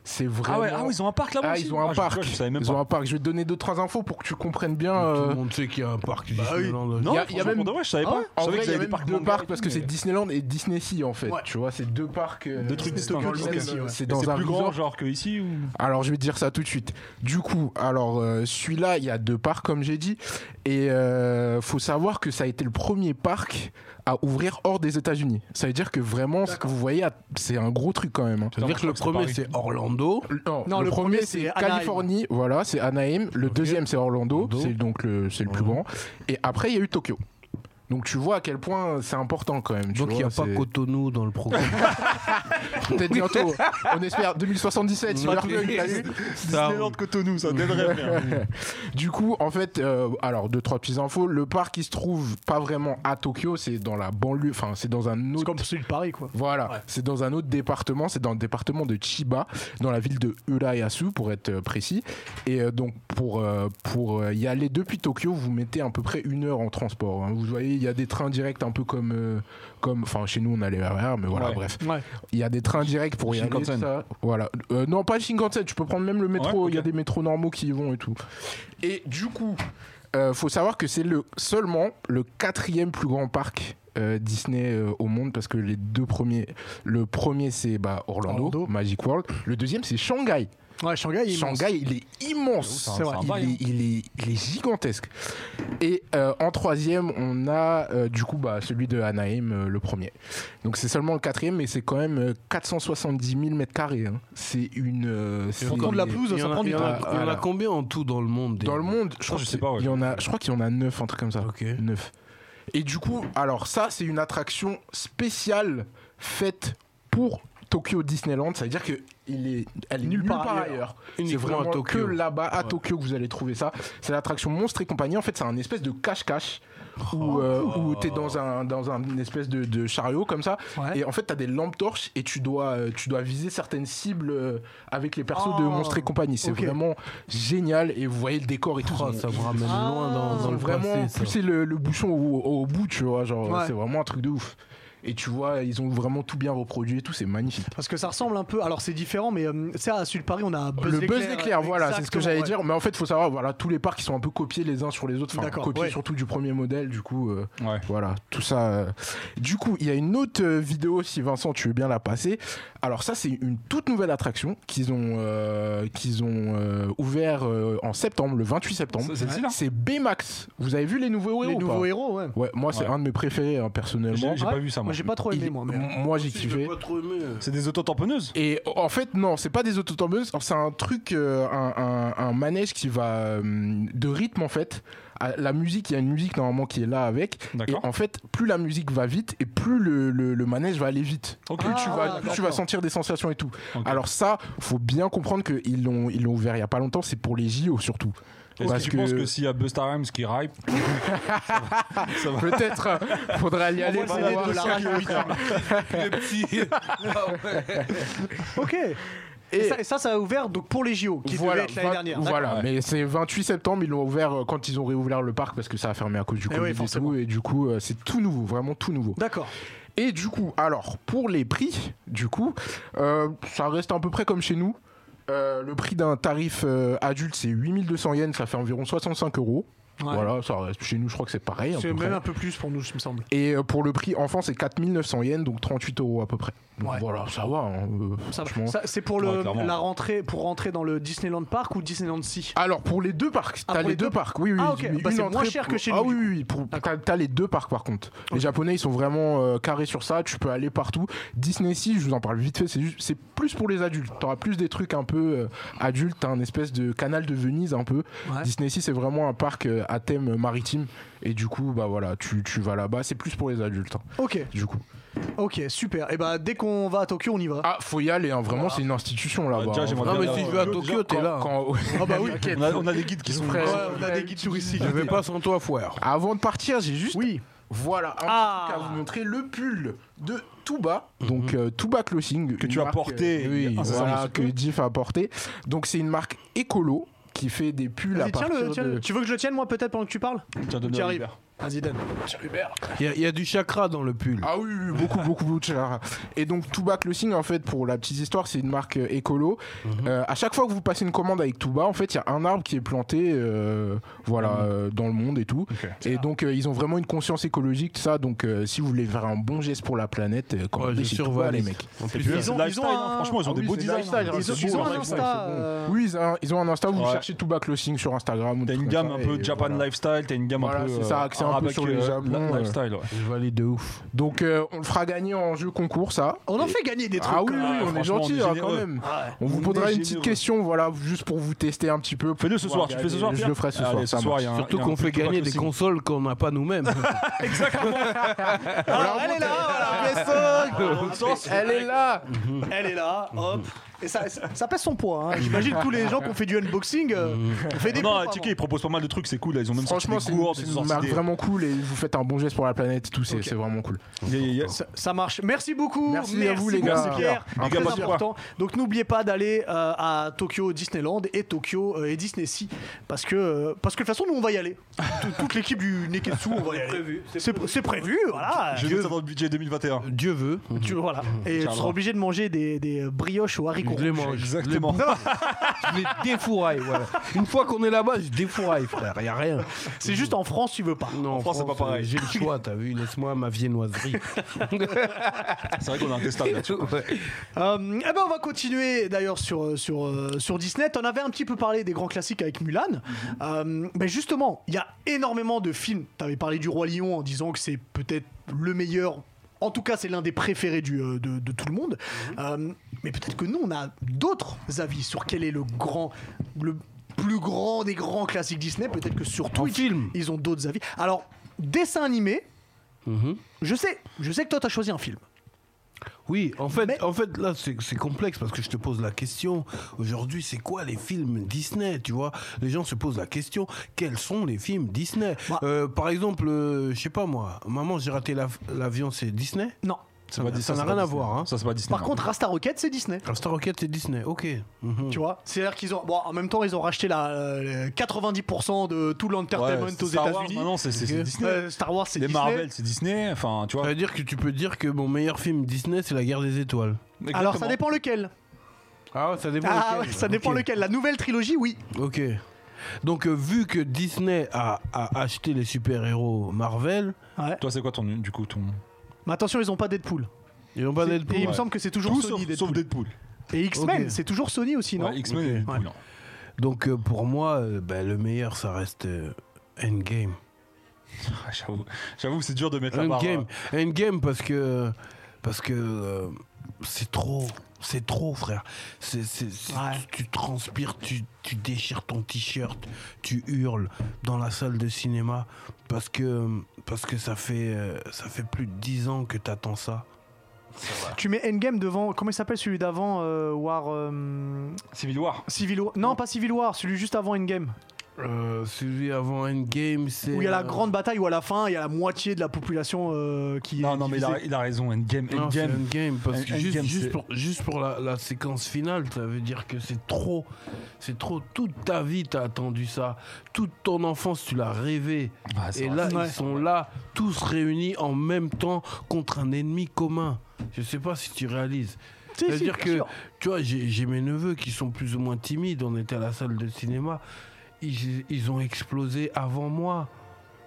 Speaker 4: C'est vraiment.
Speaker 2: Ah ouais, ah, ouais, ils ont un parc là-bas
Speaker 4: Ah,
Speaker 2: aussi
Speaker 4: ils ont un
Speaker 2: je-
Speaker 4: parc.
Speaker 2: Je, savais même
Speaker 4: ils
Speaker 2: pas.
Speaker 4: ont un parc. Je vais te donner deux trois infos pour que tu comprennes bien.
Speaker 3: Tout
Speaker 4: euh,
Speaker 3: le monde sait qu'il y a un parc
Speaker 1: Bah oui.
Speaker 3: Disneyland.
Speaker 2: Non,
Speaker 4: Il y a-
Speaker 2: franchement,
Speaker 4: il y a même-
Speaker 2: pour de vrai, je savais
Speaker 1: Ah
Speaker 2: pas.
Speaker 1: ouais
Speaker 2: je
Speaker 4: En
Speaker 2: savais
Speaker 4: vrai,
Speaker 2: que
Speaker 4: il y
Speaker 2: j'avais
Speaker 4: a
Speaker 2: des
Speaker 4: même
Speaker 2: parcs
Speaker 4: deux
Speaker 2: manga et
Speaker 4: parcs parce
Speaker 2: tout,
Speaker 4: que c'est
Speaker 2: mais-
Speaker 4: Disneyland et Disney Sea en fait.
Speaker 1: Ouais.
Speaker 4: Tu vois, c'est deux parcs. euh,
Speaker 2: Deux trucs
Speaker 4: c'est
Speaker 2: distincts.
Speaker 4: dans le
Speaker 1: Disney
Speaker 4: même-
Speaker 1: Sea, ouais.
Speaker 4: C'est
Speaker 2: Et
Speaker 4: dans
Speaker 2: C'est
Speaker 4: un
Speaker 2: plus grand
Speaker 4: resort.
Speaker 2: genre que ici ou
Speaker 4: Alors je vais te dire ça tout de suite. Du coup, alors euh, celui-là, il y a deux parcs comme j'ai dit, et euh, faut savoir que ça a été le premier parc à ouvrir hors des États-Unis. Ça veut dire que vraiment, ce que vous voyez, à- c'est un gros truc quand même. hein.
Speaker 3: C'est-à-dire que le premier, c'est Orlando.
Speaker 4: Non,
Speaker 1: Non,
Speaker 4: le,
Speaker 1: le
Speaker 4: premier,
Speaker 1: premier, c'est
Speaker 4: c'est
Speaker 1: Anaheim.
Speaker 4: Californie, voilà, c'est Anaheim. Le
Speaker 3: Ok.
Speaker 4: deuxième c'est Orlando,
Speaker 3: Orlando.
Speaker 4: c'est donc le c'est le plus grand. Et après il y a eu Tokyo. Donc tu vois à quel point c'est important quand même. tu
Speaker 3: Donc, il n'y a
Speaker 4: vois,
Speaker 3: pas
Speaker 4: c'est-
Speaker 3: Cotonou dans le programme. <laughs>
Speaker 4: peut-être bientôt. On espère 2077. si
Speaker 3: Pas
Speaker 4: Marvel
Speaker 3: tous les-
Speaker 4: l'a eu.
Speaker 3: Ça,
Speaker 2: Disneyland Cotonou, ça donnerait frère.
Speaker 4: Du coup, en fait, euh, alors deux trois petites infos. Le parc, il se trouve pas vraiment à Tokyo, c'est dans la banlieue. Enfin, c'est dans un
Speaker 1: C'est
Speaker 4: autre.
Speaker 1: comme celui de Paris, quoi.
Speaker 4: Voilà, c'est dans un autre département, c'est dans le département de Chiba, dans la ville de Urayasu pour être euh, précis. Et euh, donc pour, euh, pour euh, y aller depuis Tokyo, vous mettez à peu près une heure en transport. hein. Vous voyez, il y a des trains directs un peu comme... euh, comme enfin, chez nous on allait vers mais voilà,
Speaker 2: Ouais.
Speaker 4: bref.
Speaker 1: Ouais.
Speaker 4: Il y a des trains directs pour y aller.
Speaker 2: Shinkansen.
Speaker 4: Ça. Voilà. Euh, non, pas le Shinkansen, tu peux prendre même le métro,
Speaker 2: Ouais, ok.
Speaker 4: il y a des métros normaux qui y vont et tout. Et du coup, euh, faut savoir que c'est le, seulement le quatrième plus grand parc euh, Disney euh, au monde parce que les deux premiers, le premier c'est bah, Orlando,
Speaker 1: Orlando.
Speaker 4: Magic World, le deuxième c'est Shanghai.
Speaker 1: Ouais, Shanghai, il
Speaker 4: Shanghai, il est immense.
Speaker 1: C'est vrai.
Speaker 4: Il
Speaker 2: bail, hein.
Speaker 4: est, il est- il est gigantesque. Et euh, en troisième, on a euh, du coup bah, celui de Anaheim, euh, le premier. Donc c'est seulement le quatrième, mais c'est quand même euh, 470 000 mètres carrés. hein. C'est une. euh, c'est-
Speaker 1: Pour prendre la pelouse, Ah,
Speaker 3: Il y
Speaker 1: ça
Speaker 3: en
Speaker 1: prend
Speaker 3: a- il
Speaker 1: du
Speaker 3: y en
Speaker 1: temps.
Speaker 3: a- il y en a
Speaker 4: Voilà.
Speaker 3: combien en tout dans le monde des-
Speaker 4: Dans le monde,
Speaker 2: Ça,
Speaker 4: je crois
Speaker 2: je
Speaker 4: que
Speaker 2: sais pas, ouais.
Speaker 4: il y en a, je crois qu'il y en a 9, un truc comme ça.
Speaker 3: Ok.
Speaker 4: 9. Et du coup, alors ça, c'est une attraction spéciale faite pour Tokyo Disneyland. Ça veut dire que il est, elle est nulle part, ailleurs. C'est
Speaker 3: Uniquement
Speaker 4: vraiment
Speaker 3: à Tokyo.
Speaker 4: que là-bas, à Tokyo, que vous allez trouver ça. C'est l'attraction Monstre et compagnie. En fait, c'est un espèce de cache-cache où, euh, où t'es dans un dans un une espèce de, de chariot comme ça.
Speaker 1: Ouais.
Speaker 4: Et en fait, t'as des lampes torches et tu dois euh, tu dois viser certaines cibles euh, avec les persos de
Speaker 1: Oh.
Speaker 4: Monstre et compagnie. C'est
Speaker 1: Ok.
Speaker 4: vraiment génial et vous voyez le décor et tout.
Speaker 3: Oh, ça me ramène
Speaker 1: Ah.
Speaker 3: loin dans, dans le
Speaker 4: vraiment
Speaker 3: passé. ça.
Speaker 4: pousser le, le bouchon au, au bout, tu vois. Genre,
Speaker 1: Ouais.
Speaker 4: c'est vraiment un truc de ouf. Et tu vois, ils ont vraiment tout bien reproduit et tout, c'est magnifique.
Speaker 1: Parce que ça ressemble un peu. Alors c'est différent, mais euh, ça à Sud Paris, on a Buzz
Speaker 4: le
Speaker 1: l'éclair.
Speaker 4: buzz d'éclair, voilà, c'est ce que
Speaker 1: Exactement,
Speaker 4: j'allais
Speaker 1: ouais.
Speaker 4: dire. Mais en fait, faut savoir, voilà, tous les parcs ils sont un peu copiés les uns sur les autres, enfin
Speaker 1: D'accord,
Speaker 4: copiés
Speaker 1: ouais.
Speaker 4: surtout du premier modèle, du coup, euh,
Speaker 2: Ouais.
Speaker 4: voilà, tout ça. euh. Du coup, il y a une autre euh, vidéo, si Vincent, tu veux bien la passer. Alors ça, c'est une toute nouvelle attraction qu'ils ont, euh, qu'ils ont euh, ouvert euh, en septembre, le 28 septembre.
Speaker 2: Ça, celle-ci, là
Speaker 4: C'est B-Max. Vous avez vu les nouveaux héros
Speaker 1: Les
Speaker 4: ou pas
Speaker 1: nouveaux héros, ouais.
Speaker 4: Ouais, moi c'est
Speaker 2: Ouais.
Speaker 4: un de mes préférés hein, personnellement.
Speaker 2: J'ai j'ai
Speaker 1: Ouais.
Speaker 2: pas vu ça,
Speaker 1: Moi
Speaker 2: moi.
Speaker 1: j'ai pas trop aimé,
Speaker 4: Il-
Speaker 1: moi. Mais...
Speaker 4: moi, j'ai
Speaker 3: Je
Speaker 4: kiffé.
Speaker 3: l'ai pas trop aimé.
Speaker 2: C'est des autotamponneuses
Speaker 4: Et en fait, non, c'est pas des autotamponneuses, c'est un truc, euh, un, un- un manège qui va euh, de rythme en fait. À La musique, il y a une musique normalement qui est là avec. Et
Speaker 2: D'accord.
Speaker 4: en fait, plus la musique va vite et plus le, le- le manège va aller vite.
Speaker 2: Ok.
Speaker 4: Plus tu
Speaker 1: Ah,
Speaker 4: vas, plus tu vas
Speaker 1: d'accord.
Speaker 4: sentir des sensations et tout.
Speaker 2: Ok.
Speaker 4: Alors ça, faut bien comprendre qu'ils l'ont ils l'ont ouvert il y a pas longtemps, c'est pour les JO surtout.
Speaker 2: Est-ce que
Speaker 4: Parce
Speaker 2: tu
Speaker 4: que-
Speaker 2: penses que s'il y a Busta Rhymes qui rappe, ça va, ça va.
Speaker 4: Peut-être euh, faudra y aller.
Speaker 1: Envoie
Speaker 4: pour
Speaker 1: le CD
Speaker 4: voir. euh,
Speaker 1: de la radio.
Speaker 3: Le petit.
Speaker 1: Ok. Et,
Speaker 4: Et-
Speaker 1: ça, et ça, ça a ouvert donc pour les JO, qui
Speaker 4: voilà,
Speaker 1: devait être l'année
Speaker 4: 20
Speaker 1: dernière.
Speaker 4: Voilà,
Speaker 2: D'accord.
Speaker 4: mais c'est 28 septembre, ils l'ont ouvert euh, quand ils ont réouvert le parc parce que ça a fermé à cause du
Speaker 1: Eh
Speaker 4: Covid
Speaker 1: oui,
Speaker 4: et
Speaker 1: forcément.
Speaker 4: tout. Et du coup, euh, c'est tout nouveau, vraiment tout nouveau.
Speaker 1: D'accord.
Speaker 4: Et du coup, alors, pour les prix, du coup, euh, ça reste à peu près comme chez nous. Euh, le prix d'un tarif euh, adulte, c'est 8200 yens, ça fait environ 65 euros.
Speaker 1: Ouais.
Speaker 4: Voilà, ça reste chez nous, je crois que c'est pareil. à
Speaker 1: C'est
Speaker 4: peu
Speaker 1: même
Speaker 4: près.
Speaker 1: un peu plus pour nous, il me semble.
Speaker 4: Et euh, pour le prix enfant, c'est 4900 yens, donc 38 euros à peu près. Donc
Speaker 1: Ouais.
Speaker 4: voilà, ça va. hein, euh,
Speaker 1: Ça,
Speaker 4: franchement.
Speaker 1: ça, c'est pour le,
Speaker 2: Ouais, clairement.
Speaker 1: la rentrée, pour rentrer dans le Disneyland Park ou Disneyland Sea.
Speaker 4: Alors pour les deux parcs,
Speaker 1: Ah,
Speaker 4: t'as
Speaker 1: pour
Speaker 4: les
Speaker 1: les
Speaker 4: deux,
Speaker 1: deux
Speaker 4: parcs, oui oui.
Speaker 1: Ah, ok.
Speaker 4: une
Speaker 1: Bah, c'est
Speaker 4: entrée
Speaker 1: moins cher
Speaker 4: pour-
Speaker 1: que chez
Speaker 4: Ah
Speaker 1: nous,
Speaker 4: oui oui, oui, pour- t'as, t'as les deux parcs par contre. Les Japonais ils sont vraiment euh, carrés sur ça. Tu peux aller partout. Disney si je vous en parle vite fait, c'est, juste- c'est plus pour les adultes. T'auras plus des trucs un peu euh, adultes. T'as un espèce de canal de Venise un peu.
Speaker 1: Ouais.
Speaker 4: Disney si c'est vraiment un parc euh, à thème maritime et du coup bah voilà tu, tu vas là-bas. C'est plus pour les adultes hein,
Speaker 1: Ok,
Speaker 4: du coup.
Speaker 1: ok, super. Et bah dès qu'on va à Tokyo, on y va.
Speaker 4: Ah faut y aller hein, vraiment c'est une institution là-bas.
Speaker 2: déjà,
Speaker 4: hein.
Speaker 2: j'aimerais
Speaker 3: Non,
Speaker 2: bien
Speaker 3: mais
Speaker 2: aller
Speaker 3: si je
Speaker 2: en
Speaker 3: vais à
Speaker 2: Tokyo,
Speaker 3: Tokyo, t'es
Speaker 4: Quand-
Speaker 3: là.
Speaker 4: quand-
Speaker 1: Ah bah oui.
Speaker 2: On a, on a des guides qui sont.
Speaker 4: frère.
Speaker 1: Ouais, on a des guides touristiques.
Speaker 3: Je vais pas sans toi, foire.
Speaker 4: Avant de partir j'ai juste
Speaker 1: Oui.
Speaker 4: Voilà, un
Speaker 1: Ah.
Speaker 4: petit truc à vous montrer le pull de Touba, donc euh, Touba Clothing.
Speaker 2: Mhm. Que
Speaker 4: une
Speaker 2: tu as
Speaker 4: marque,
Speaker 2: porté
Speaker 4: euh, oui,
Speaker 2: il y a un certain
Speaker 1: Ah,
Speaker 4: voilà,
Speaker 2: nombre
Speaker 4: que Diff a porté. Donc c'est une marque écolo qui fait des pulls à
Speaker 1: Vas-y, tiens
Speaker 4: partir
Speaker 1: le, tiens le.
Speaker 4: de...
Speaker 1: Tu veux que je le tienne moi peut-être pendant que tu parles
Speaker 2: Tiens, donne-le
Speaker 1: Tu
Speaker 2: à
Speaker 1: arrives.
Speaker 2: Hubert.
Speaker 1: Vas-y, donne.
Speaker 3: Il y a- il y, a du chakra dans le pull.
Speaker 4: Ah oui, oui, oui, beaucoup, beaucoup, beaucoup de chaleur. Et donc, Touba Clothing, en fait, pour la petite histoire, c'est une marque euh, écolo.
Speaker 2: Mhm.
Speaker 4: Euh, à chaque fois que vous passez une commande avec Touba, en fait, il y a un arbre qui est planté, euh, voilà, euh, dans le monde et tout.
Speaker 2: Mhm. Ok.
Speaker 4: Et donc, euh, ils ont vraiment une conscience écologique, tout ça. Donc, euh, si vous voulez faire un bon geste pour la planète, euh,
Speaker 3: Ouais,
Speaker 4: commandez
Speaker 3: je
Speaker 4: chez Touba,
Speaker 3: surveille.
Speaker 4: les mecs.
Speaker 3: En
Speaker 2: Et
Speaker 3: plus,
Speaker 2: puis,
Speaker 1: Ils
Speaker 2: c'est
Speaker 1: ont-
Speaker 2: de
Speaker 1: ils
Speaker 2: lifestyle,
Speaker 1: ont
Speaker 2: hein.
Speaker 1: un-
Speaker 2: franchement, ils ont
Speaker 4: Ah
Speaker 2: des
Speaker 4: oui,
Speaker 2: beaux
Speaker 4: c'est
Speaker 2: designs.
Speaker 4: lifestyle,
Speaker 2: hein.
Speaker 4: Ah,
Speaker 1: Ils
Speaker 4: c'est
Speaker 1: ont,
Speaker 4: beau,
Speaker 1: ils ont
Speaker 4: ouais,
Speaker 1: un
Speaker 4: c'est
Speaker 1: Insta.
Speaker 4: bon.
Speaker 1: euh,
Speaker 4: Oui, ils ont un, ils ont un Insta, vous
Speaker 2: Ouais.
Speaker 4: cherchez Touba Clothing sur Instagram.
Speaker 2: T'as
Speaker 4: ou des
Speaker 2: une
Speaker 4: trucs
Speaker 2: gamme
Speaker 4: comme
Speaker 2: un
Speaker 4: ça,
Speaker 2: peu
Speaker 4: et
Speaker 2: Japan
Speaker 4: voilà.
Speaker 2: lifestyle, t'as une gamme
Speaker 4: Voilà,
Speaker 2: un peu.
Speaker 4: c'est ça, axé un peu
Speaker 2: arabe
Speaker 4: sur le
Speaker 2: avec,
Speaker 4: Japon,
Speaker 2: la-
Speaker 4: ouais.
Speaker 2: lifestyle, ouais.
Speaker 3: Je valide de ouf.
Speaker 4: Donc, euh, on le fera gagner en jeu concours, ça.
Speaker 1: On en fait gagner des trucs.
Speaker 4: Ah oui,
Speaker 1: quand
Speaker 4: oui,
Speaker 1: même.
Speaker 2: même.
Speaker 4: on est
Speaker 2: Franchement, on
Speaker 4: gentil
Speaker 2: est
Speaker 4: hein, quand
Speaker 2: généreux.
Speaker 4: même.
Speaker 1: Ouais.
Speaker 4: On vous
Speaker 2: On
Speaker 4: posera
Speaker 2: est
Speaker 4: une petite
Speaker 2: généreux.
Speaker 4: question, voilà, juste pour vous tester un petit peu.
Speaker 2: Fais-le ce soir, tu fais ce soir.
Speaker 4: Je
Speaker 2: Pierre
Speaker 4: le ferai ce soir.
Speaker 2: Allez,
Speaker 4: ça
Speaker 2: ce
Speaker 4: marche.
Speaker 2: soir, il y a un-
Speaker 3: Surtout
Speaker 2: il y a un
Speaker 3: qu'on fait
Speaker 2: petit
Speaker 3: gagner des
Speaker 2: aussi.
Speaker 3: consoles qu'on n'a pas nous-mêmes.
Speaker 1: Alors, Ah, elle est là, voilà,
Speaker 4: <laughs>
Speaker 2: Bonne chance.
Speaker 4: Elle est là
Speaker 1: Elle est là, hop. <laughs> Et ça, ça, ça pèse son poids. hein. <laughs> J'imagine tous les gens qui ont fait du unboxing, <laughs> euh, on fait des
Speaker 2: Non,
Speaker 1: pompes
Speaker 2: Tiki,
Speaker 1: avant.
Speaker 2: ils proposent pas mal de trucs, c'est cool. là, Ils ont même sorti
Speaker 4: Franchement,
Speaker 2: des
Speaker 4: c'est
Speaker 2: cours,
Speaker 4: c'est
Speaker 2: des
Speaker 4: une
Speaker 2: sorties
Speaker 4: marque
Speaker 2: des-
Speaker 4: vraiment cool et vous faites un bon geste pour la planète et tout, c'est
Speaker 1: Ok.
Speaker 4: c'est vraiment cool.
Speaker 2: Il y a- il y a-
Speaker 1: Ça, ça marche. Merci beaucoup.
Speaker 4: Merci à vous, les
Speaker 1: beaucoup,
Speaker 4: gars.
Speaker 1: Pierre.
Speaker 2: Un
Speaker 1: Très
Speaker 2: plaisir.
Speaker 1: important. Donc n'oubliez pas d'aller euh, à Tokyo Disneyland et Tokyo euh, et Disney Sea parce que euh, parce que de toute façon nous on va y <laughs> aller. Toute- Toute l'équipe du Neketsu on va y aller. C'est prévu. C'est prévu. Voilà.
Speaker 2: Je vais dans le budget 2021.
Speaker 3: Dieu veut.
Speaker 1: Tu <laughs> voilà. Et tu seras obligé de manger des, des brioches aux haricots.
Speaker 3: Je les
Speaker 1: rouges.
Speaker 3: mange.
Speaker 2: Exactement.
Speaker 3: <laughs> Je les défouraille. Voilà. Une fois qu'on est là-bas, je défouraille, frère. Il n'y a rien.
Speaker 1: C'est juste en France tu veux pas.
Speaker 3: Non,
Speaker 2: France, c'est pas pareil.
Speaker 3: euh, J'ai le choix, t'as vu. Laisse-moi ma <laughs> viennoiserie.
Speaker 2: C'est vrai qu'on a un testable là-dessus.
Speaker 1: Euh, eh ben on va continuer d'ailleurs sur, euh, sur, euh, sur Disney. On avait un petit peu parlé des grands classiques avec Mulan.
Speaker 3: Mhm.
Speaker 1: Euh, ben justement, il y a énormément de films. Tu avais parlé du Roi Lion en disant que c'est peut-être le meilleur. En tout cas, c'est l'un des préférés du, euh, de, de tout le monde.
Speaker 3: Mhm.
Speaker 1: Euh, mais peut-être que nous, on a d'autres avis sur quel est le grand, le plus grand des grands classiques Disney. Peut-être que sur Twitch,
Speaker 3: film.
Speaker 1: ils ont d'autres avis. Alors, dessin animé,
Speaker 3: Mhm.
Speaker 1: Je sais, je sais que toi, t'as choisi un film.
Speaker 3: Oui, en fait,
Speaker 1: Mais-
Speaker 3: en fait là, c'est c'est complexe parce que je te pose la question. Aujourd'hui, c'est quoi les films Disney Tu vois, les gens se posent la question quels sont les films Disney
Speaker 1: Bah-
Speaker 3: Euh, Par exemple, euh, je sais pas moi, Maman, j'ai raté l'av- l'avion, c'est Disney
Speaker 1: Non.
Speaker 3: Ça n'a ça n'a rien à voir. Hein.
Speaker 2: Ça, c'est pas Disney.
Speaker 1: Par contre, Rasta Rocket, c'est Disney.
Speaker 3: Star Rocket, c'est Disney, ok. Mhm.
Speaker 1: Tu vois, c'est-à-dire qu'ils ont. Bon, en même temps, ils ont racheté la, euh, 90% de tout l'entertainment aux États-Unis.
Speaker 2: Non, c'est c'est- c'est
Speaker 3: Ok.
Speaker 2: Disney.
Speaker 1: Euh, Star Wars, c'est
Speaker 2: les
Speaker 1: Disney.
Speaker 2: Marvel, c'est Disney. Enfin, tu
Speaker 3: Ça
Speaker 2: vois.
Speaker 3: veut dire que tu peux dire que mon meilleur film Disney, c'est La Guerre des Étoiles.
Speaker 1: Alors, ça
Speaker 2: Exactement.
Speaker 1: dépend lequel.
Speaker 3: Ah, ouais, ça dépend.
Speaker 1: Ah,
Speaker 3: lequel.
Speaker 1: ouais, ça dépend
Speaker 3: Ok.
Speaker 1: lequel. La nouvelle trilogie, oui.
Speaker 3: Ok. Donc, euh, vu que Disney a, a acheté les super-héros Marvel,
Speaker 1: Ouais.
Speaker 2: Toi, c'est quoi ton du coup ton
Speaker 1: Mais attention, ils ont pas Deadpool.
Speaker 3: ils n'ont pas
Speaker 1: C'est-
Speaker 3: Deadpool.
Speaker 1: Et il me
Speaker 2: ouais.
Speaker 1: semble que c'est toujours
Speaker 2: Tout
Speaker 1: Sony.
Speaker 2: sauf,
Speaker 1: Deadpool.
Speaker 2: sauf Deadpool.
Speaker 1: Et X-Men,
Speaker 3: Ok.
Speaker 1: c'est toujours Sony aussi, non
Speaker 2: Ouais, X-Men et Deadpool.
Speaker 1: Ouais.
Speaker 2: non.
Speaker 3: Donc, euh, pour moi, euh, bah, le meilleur, ça reste euh, Endgame.
Speaker 2: Ah, J'avoue, j'avoue, c'est dur de mettre la barre.
Speaker 3: Endgame. euh, Endgame, parce que. Parce que. euh, c'est trop. C'est trop, frère. C'est, c'est- c'est-
Speaker 1: Ouais.
Speaker 3: tu, tu transpires, tu, tu déchires ton t-shirt, tu hurles dans la salle de cinéma parce que, parce que ça, fait, euh, ça fait plus de 10 ans que t'attends ça.
Speaker 1: Tu mets Endgame devant. Comment il s'appelle celui d'avant euh, War. euh,
Speaker 2: euh, Civil War.
Speaker 1: Civil War. Non, pas Civil War, celui juste avant Endgame.
Speaker 3: Euh, celui avant Endgame, c'est.
Speaker 1: Où il y a la
Speaker 3: euh,
Speaker 1: grande bataille où à la fin, il y a la moitié de la population euh, qui.
Speaker 2: Non,
Speaker 1: est
Speaker 2: non, mais il
Speaker 1: divisée.
Speaker 2: a, il a raison. Endgame,
Speaker 3: Non, c'est
Speaker 2: Endgame.
Speaker 3: Endgame, parce
Speaker 2: End-
Speaker 3: que juste,
Speaker 2: Endgame,
Speaker 3: juste
Speaker 2: c'est-
Speaker 3: pour, juste pour la, la séquence finale, ça veut dire que c'est trop. C'est trop. Toute ta vie, t'as attendu ça. Toute ton enfance, tu l'as rêvé.
Speaker 2: Ah, c'est
Speaker 3: Et
Speaker 2: vrai.
Speaker 3: là,
Speaker 1: Ouais.
Speaker 3: ils sont là, tous réunis en même temps contre un ennemi commun. Je sais pas si tu réalises.
Speaker 1: Si, si,
Speaker 3: C'est-à-dire
Speaker 1: bien
Speaker 3: que,
Speaker 1: sûr.
Speaker 3: tu vois, j'ai j'ai mes neveux qui sont plus ou moins timides. On était à la salle de cinéma. Ils, ils ont explosé avant moi.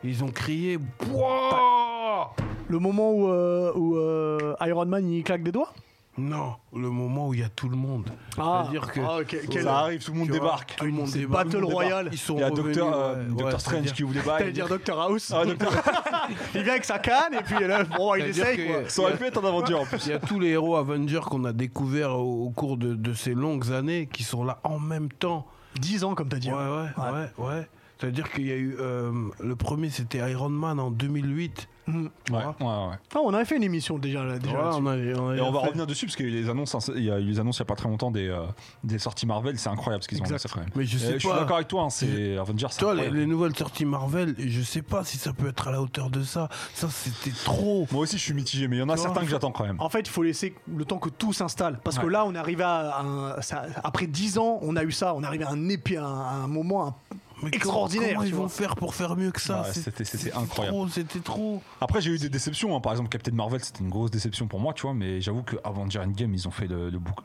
Speaker 3: Ils ont crié. Pouah
Speaker 1: Le moment où, euh, où, euh, Iron Man il claque des doigts
Speaker 3: Non, le moment où il y a tout le monde. C'est-à-dire que-
Speaker 1: ah, ok, quel-
Speaker 2: Ça arrive, tout le monde
Speaker 3: Tu vois,
Speaker 2: débarque.
Speaker 3: Tout le monde
Speaker 1: c'est
Speaker 3: débarque.
Speaker 1: Battle Royale.
Speaker 3: Ils sont
Speaker 2: Il y a
Speaker 3: revenus,
Speaker 2: Docteur,
Speaker 3: ouais,
Speaker 2: euh,
Speaker 3: ouais,
Speaker 2: Doctor
Speaker 3: c'est-à-dire-
Speaker 2: Strange qui ouvre les bails.
Speaker 1: T'allais dire Doctor House
Speaker 2: Ah, Docteur-
Speaker 3: <laughs>
Speaker 1: Il vient avec sa canne et puis euh, là, bon, il
Speaker 3: C'est-à-dire
Speaker 1: essaye
Speaker 3: que-
Speaker 1: quoi.
Speaker 2: Ça aurait pu être un aventure en plus.
Speaker 3: Il y a tous les héros Avengers qu'on a découverts au, au cours de, de ces longues années qui sont là en même temps.
Speaker 1: 10 ans comme t'as dit.
Speaker 3: Ouais, ouais,
Speaker 1: hein.
Speaker 3: ouais, ouais. C'est-à-dire qu'il y a eu. euh, le premier, c'était Iron Man en 2008.
Speaker 1: Mm.
Speaker 3: tu
Speaker 2: Ouais,
Speaker 3: vois.
Speaker 2: ouais, ouais.
Speaker 1: Ah, on avait fait une émission déjà, là- déjà
Speaker 3: Voilà,
Speaker 1: là-dessus.
Speaker 3: on a- on a-
Speaker 2: Et on va
Speaker 3: fait-
Speaker 2: revenir dessus parce qu'il y a eu les annonces, hein, il y a eu les annonces il y a pas très longtemps des, euh, des sorties Marvel, c'est incroyable ce qu'ils ont
Speaker 1: Exact.
Speaker 2: annoncé quand même.
Speaker 3: Mais je
Speaker 2: Euh,
Speaker 3: sais
Speaker 2: je suis
Speaker 3: pas.
Speaker 2: d'accord avec toi, hein, c'est Avengers. c'est
Speaker 3: Toi, les,
Speaker 2: incroyable.
Speaker 3: les nouvelles sorties Marvel, je sais pas si ça peut être à la hauteur de ça. Ça, c'était trop.
Speaker 2: Moi aussi je suis mitigé, mais il y en a
Speaker 1: Tu vois,
Speaker 2: certains que
Speaker 1: faut-
Speaker 2: j'attends quand même.
Speaker 1: En fait, il faut laisser le temps que tout s'installe. Parce que
Speaker 2: Ouais.
Speaker 1: là, on arrive à. un- ça- après 10 ans, on a eu ça. On arrive à un épi, à un, à un moment. un-
Speaker 3: Mais com-
Speaker 1: Extraordinaire,
Speaker 3: Comment
Speaker 1: tu
Speaker 3: ils vont
Speaker 1: vois.
Speaker 3: faire pour faire mieux que ça
Speaker 2: Ouais,
Speaker 3: C'est-
Speaker 2: c'était- c'était
Speaker 3: c'était
Speaker 2: incroyable.
Speaker 3: trop, C'était trop.
Speaker 2: Après j'ai eu des déceptions, hein. par exemple Captain Marvel c'était une grosse déception pour moi, tu vois, mais j'avoue que Avengers Endgame ils ont fait le, le bouc-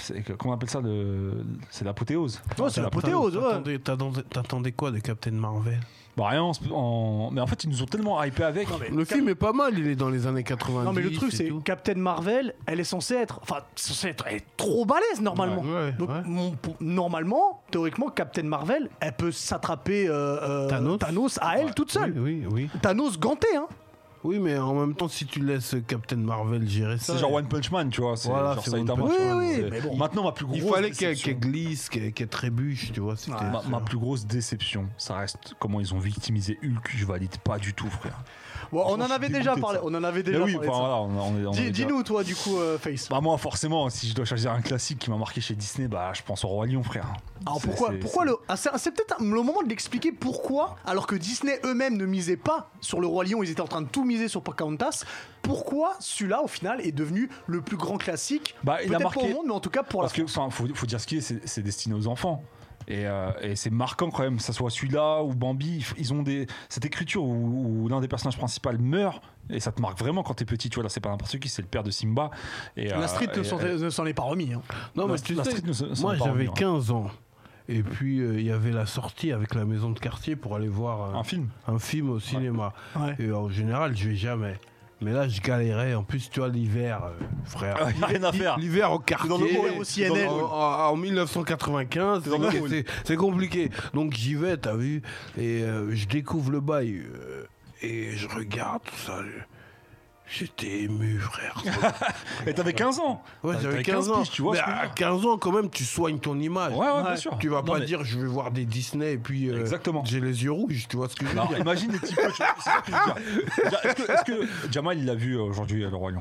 Speaker 2: c'est que- Comment on appelle ça le... C'est l'apothéose.
Speaker 1: Ouais, c'est
Speaker 2: la-
Speaker 1: l'apothéose, ouais.
Speaker 3: T'attendais- T'attendais t'attendais quoi de Captain Marvel
Speaker 2: Bah rien, on se- en- mais en fait ils nous ont tellement hypé avec.
Speaker 1: mais
Speaker 3: Le film est pas mal, il est dans les années 90.
Speaker 1: Non, mais le truc,
Speaker 3: et
Speaker 1: c'est
Speaker 3: tout.
Speaker 1: Captain Marvel, elle est censée être. Enfin, censée être elle est trop balèze normalement.
Speaker 3: Ouais, ouais,
Speaker 1: Donc,
Speaker 3: ouais.
Speaker 1: mon- pour- normalement, théoriquement, Captain Marvel, elle peut s'attraper euh, euh,
Speaker 3: Thanos.
Speaker 1: à elle toute seule.
Speaker 3: Oui, oui, oui.
Speaker 1: Thanos ganté, hein.
Speaker 3: Oui, mais en même temps, si tu laisses Captain Marvel gérer ça.
Speaker 2: C'est genre One Punch Man, tu vois. C'est
Speaker 3: Voilà,
Speaker 2: genre
Speaker 3: c'est One
Speaker 2: Saitama,
Speaker 3: Punch
Speaker 2: tu vois,
Speaker 1: Man. Oui,
Speaker 2: c'est-
Speaker 1: oui, mais bon.
Speaker 2: Maintenant, ma plus grosse
Speaker 3: il fallait qu'elle
Speaker 2: déception-
Speaker 3: qu'elle glisse, qu'elle qu'elle trébuche, tu vois. c'était-
Speaker 1: Ah,
Speaker 2: Ma, ma plus grosse déception, ça reste comment ils ont victimisé Hulk. Je valide pas du tout, frère.
Speaker 1: Bon, on
Speaker 2: Franchement,
Speaker 1: en
Speaker 2: je
Speaker 1: avait
Speaker 2: suis
Speaker 1: déjà
Speaker 2: dégoûté de
Speaker 1: parlé.
Speaker 2: ça.
Speaker 1: On en avait
Speaker 2: Mais
Speaker 1: déjà
Speaker 2: oui,
Speaker 1: parlé. de
Speaker 2: enfin,
Speaker 1: ça.
Speaker 2: voilà, on, on est- on
Speaker 1: Dis-
Speaker 2: est déjà-
Speaker 1: Dis-nous, toi, du coup, euh, Face.
Speaker 2: Bah moi, forcément, si je dois choisir un classique qui m'a marqué chez Disney, bah je pense au roi lion, frère.
Speaker 1: Alors
Speaker 2: C'est-
Speaker 1: pourquoi,
Speaker 2: c'est-
Speaker 1: pourquoi le. ah, c'est c'est peut-être un- le moment de l'expliquer pourquoi, alors que Disney eux-mêmes ne misaient pas sur le Roi Lion, ils étaient en train de tout miser sur Pocahontas, pourquoi celui-là, au final, est devenu le plus grand classique
Speaker 2: Bah, il a
Speaker 1: Peut-être
Speaker 2: marqué-
Speaker 1: pas au monde, mais en tout cas pour la
Speaker 2: Parce que, enfin, faut, faut dire ce qui est, c'est c'est destiné aux enfants. Et, euh, et c'est marquant quand même, que ça soit celui-là ou Bambi, ils- ils ont des, cette écriture où, où l'un des personnages principaux meurt, et ça te marque vraiment quand t'es petit, tu vois, là c'est pas n'importe qui, c'est le père de Simba. Et, euh,
Speaker 1: La street ne
Speaker 2: Ah, et-
Speaker 1: s'en- ne s'en est pas remis. hein.
Speaker 3: Non,
Speaker 2: La-
Speaker 3: mais tu
Speaker 2: la
Speaker 3: sais,
Speaker 2: street nous- nous
Speaker 3: moi
Speaker 2: sommes pas
Speaker 3: j'avais
Speaker 2: revenus, hein.
Speaker 3: 15 ans. Et puis euh, il y avait la sortie avec la maison de quartier pour aller voir euh,
Speaker 2: Un film
Speaker 3: un, film au cinéma.
Speaker 1: Ouais.
Speaker 3: Et en général, je vais jamais. Mais là, je galérais. En plus, tu vois, l'hiver, euh, frère.
Speaker 2: Ah, y a rien à faire.
Speaker 3: <laughs> L'hiver au quartier.
Speaker 2: dans le
Speaker 1: monde, au CNL.
Speaker 3: En, en- en 1995,
Speaker 2: C'est dans le
Speaker 3: c'est-
Speaker 2: monde.
Speaker 3: c'est- c'est compliqué. Donc j'y vais, t'as vu, et euh, je découvre le bail. euh, et je regarde tout ça. je- J'étais
Speaker 2: <laughs>
Speaker 3: ému, frère.
Speaker 2: Et t'avais 15 ans
Speaker 3: Ouais,
Speaker 2: T'avais- t'avais
Speaker 3: j'avais 15 ans.
Speaker 2: piges, tu vois
Speaker 3: Mais
Speaker 2: ce que je veux
Speaker 3: à
Speaker 2: dire
Speaker 3: 15 ans, quand même, tu soignes ton image.
Speaker 2: Ouais, ouais, bien
Speaker 1: Ouais.
Speaker 2: sûr.
Speaker 3: Tu vas
Speaker 2: Non,
Speaker 3: pas
Speaker 2: mais-
Speaker 3: dire je vais voir des Disney et puis euh,
Speaker 2: Exactement.
Speaker 3: j'ai les yeux rouges, tu vois ce que je veux
Speaker 2: Non, <laughs>
Speaker 3: dire
Speaker 2: imagine les petits pots, tu vois, c'est ça que je veux dire.
Speaker 3: <laughs>
Speaker 2: Je veux dire, Est-ce que, est-ce que Jamal, il l'a vu euh, aujourd'hui, euh, le Roi Lion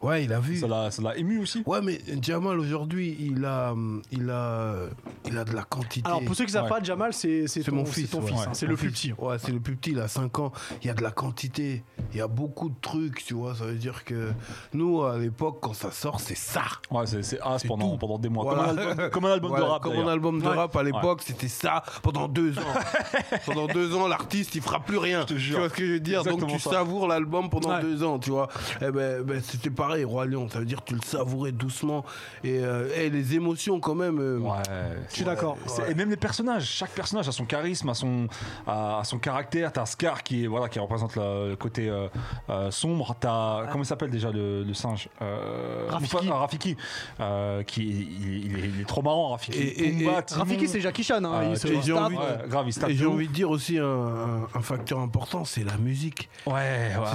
Speaker 3: Ouais, il a vu.
Speaker 2: Ça l'a ça l'a ému aussi
Speaker 3: Ouais, mais Jamal aujourd'hui, il a, hum, il a, il a de la quantité.
Speaker 1: Alors pour ceux qui savent
Speaker 2: Ouais.
Speaker 1: pas, Jamal, c'est c'est
Speaker 3: c'est
Speaker 1: ton
Speaker 3: mon
Speaker 1: c'est
Speaker 3: fils,
Speaker 1: ton
Speaker 3: ouais.
Speaker 1: fils, hein,
Speaker 3: Ouais,
Speaker 1: c'est
Speaker 3: mon
Speaker 1: le plus
Speaker 3: fils.
Speaker 1: petit.
Speaker 3: Ouais, c'est le plus petit, il a 5 ans. Il y a de la quantité, il y a beaucoup de trucs, tu vois. Ça veut dire que nous, à l'époque, quand ça sort, c'est ça.
Speaker 2: Ouais, c'est- c'est As
Speaker 3: C'est
Speaker 2: pendant,
Speaker 3: tout.
Speaker 2: pendant des mois.
Speaker 3: Voilà.
Speaker 2: Comme un album, comme un album
Speaker 3: Voilà,
Speaker 2: de rap.
Speaker 3: Comme
Speaker 2: d'ailleurs.
Speaker 3: un album de
Speaker 1: Ouais.
Speaker 3: rap à l'époque, c'était ça pendant deux ans.
Speaker 2: <laughs>
Speaker 3: pendant deux ans, l'artiste, il fera plus rien.
Speaker 2: te
Speaker 3: Tu
Speaker 2: jure.
Speaker 3: vois ce que je veux dire Donc
Speaker 2: Exactement
Speaker 3: tu
Speaker 2: ça.
Speaker 3: savoures l'album pendant
Speaker 1: Ouais.
Speaker 3: deux ans, tu vois. Eh ben, ben, c'était pareil, Roi Lion. Ça veut dire que tu le savourais doucement. Et, euh, eh, les émotions, quand même. euh,
Speaker 2: Ouais.
Speaker 1: Je suis d'accord.
Speaker 2: C'est- Et même les personnages, chaque personnage a son charisme, a son, a, a son caractère. T'as Scar qui, est- voilà, qui représente la- le côté euh, euh, sombre. T'as, comment il s'appelle déjà le, le singe euh,
Speaker 1: Rafiki.
Speaker 2: enfin, Rafiki. euh, qui, est- il, il est, il est trop marrant, Rafiki.
Speaker 3: Et- et-
Speaker 2: Pumba,
Speaker 3: et-
Speaker 2: Timon.
Speaker 1: Rafiki, c'est Jackie Chan, hein,
Speaker 2: Ah,
Speaker 1: il se
Speaker 3: j'ai
Speaker 1: se tape.
Speaker 3: envie de-
Speaker 2: Ouais, grave, il se tape
Speaker 3: Et
Speaker 2: de
Speaker 3: j'ai
Speaker 2: ouf.
Speaker 3: envie de dire aussi un, un- un facteur important, c'est la musique.
Speaker 2: Ouais, ouais,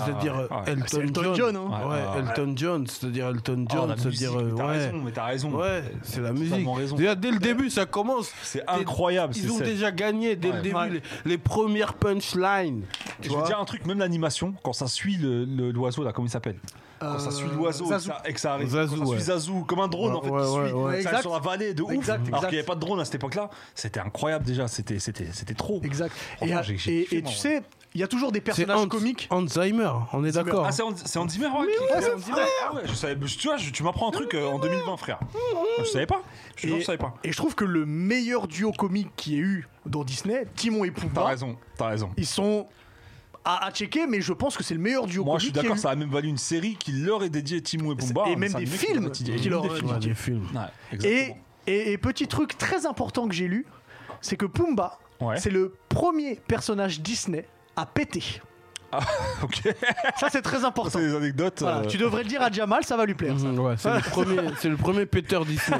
Speaker 3: c'est-à-dire
Speaker 2: ouais, Ah,
Speaker 3: euh,
Speaker 2: ouais.
Speaker 3: Elton,
Speaker 1: C'est Elton
Speaker 3: John.
Speaker 1: John, hein.
Speaker 2: Ouais,
Speaker 3: Ouais,
Speaker 2: ouais, ouais.
Speaker 3: Elton John, c'est-à-dire Elton
Speaker 2: Oh,
Speaker 3: John,
Speaker 2: la musique,
Speaker 3: c'est-à-dire euh,
Speaker 2: mais t'as
Speaker 3: ouais.
Speaker 2: raison, mais t'as raison.
Speaker 3: Ouais, c'est la musique.
Speaker 2: totalement raison.
Speaker 3: Déjà, dès le début, ça commence.
Speaker 2: C'est incroyable.
Speaker 3: Ils
Speaker 2: ces
Speaker 3: ont
Speaker 2: scènes.
Speaker 3: déjà gagné dès
Speaker 2: Ouais.
Speaker 3: le début
Speaker 1: Ouais.
Speaker 3: les, les premières punchlines. Tu
Speaker 2: Je veux
Speaker 3: vois
Speaker 2: dire un truc, même l'animation, quand ça suit le- le- l'oiseau, là, comment il s'appelle Quand Oh, ça
Speaker 1: Euh,
Speaker 2: suit l'oiseau
Speaker 1: Zazu.
Speaker 2: et que ça- et que ça arrive.
Speaker 3: Zazu,
Speaker 2: quand ça
Speaker 3: ouais.
Speaker 2: suit Zazu, comme un drone
Speaker 3: Ouais,
Speaker 2: en fait,
Speaker 3: ouais,
Speaker 2: qui
Speaker 3: ouais,
Speaker 2: suit.
Speaker 3: ouais.
Speaker 2: Ça
Speaker 1: Exact.
Speaker 2: sur la vallée de ouf.
Speaker 1: Exact,
Speaker 2: Alors
Speaker 1: exact.
Speaker 2: qu'il n'y avait pas de drone à cette époque-là, c'était incroyable déjà, c'était c'était- c'était trop.
Speaker 1: Exact. Et, euh,
Speaker 2: Franchement, Oh, j'ai- j'ai
Speaker 1: et-
Speaker 2: kiffé,
Speaker 1: et
Speaker 2: moi,
Speaker 1: tu
Speaker 2: ouais.
Speaker 1: sais, il y a toujours des
Speaker 3: C'est
Speaker 1: personnages
Speaker 3: Hans,
Speaker 1: comiques.
Speaker 3: Alzheimer, on est d'accord.
Speaker 2: Ah, c'est Hans c'est Hans Zimmer, ouais, qui-
Speaker 1: ouais,
Speaker 2: qui-
Speaker 1: c'est
Speaker 2: Hans Zimmer. Ah ouais, je savais, je- tu vois, je- tu m'apprends un truc euh, en 2020, frère. Je savais pas. Je ne
Speaker 1: Et,
Speaker 2: savais pas.
Speaker 1: et je trouve que le meilleur duo comique qui ait eu dans Disney, Timon et
Speaker 2: T'as
Speaker 1: Pumba,
Speaker 2: raison, t'as raison.
Speaker 1: ils sont à, à checker, mais je pense que c'est le meilleur duo
Speaker 2: Moi, je suis
Speaker 1: comique. qu'il y a
Speaker 2: d'accord,
Speaker 1: eu.
Speaker 2: ça a même valu une série qui leur est dédiée, Timon et Pumba.
Speaker 1: et même
Speaker 2: C'est un
Speaker 1: des
Speaker 2: mec
Speaker 1: films
Speaker 2: qui leur est
Speaker 1: qui leur-
Speaker 2: dédié.
Speaker 1: Ouais, des
Speaker 3: films.
Speaker 2: Ouais,
Speaker 1: Et,
Speaker 2: exactement.
Speaker 1: et- et petit truc très important que j'ai lu, c'est que Pumba,
Speaker 2: Ouais.
Speaker 1: c'est le premier personnage Disney à péter.
Speaker 2: <laughs> Ok.
Speaker 1: Ça, c'est très important.
Speaker 2: C'est des anecdotes.
Speaker 1: Voilà,
Speaker 2: euh,
Speaker 1: tu devrais le dire à Jamal, ça va lui
Speaker 2: <laughs>
Speaker 1: plaire. ça.
Speaker 3: Mhm, ouais, c'est le premier, c'est le premier Peter Disney.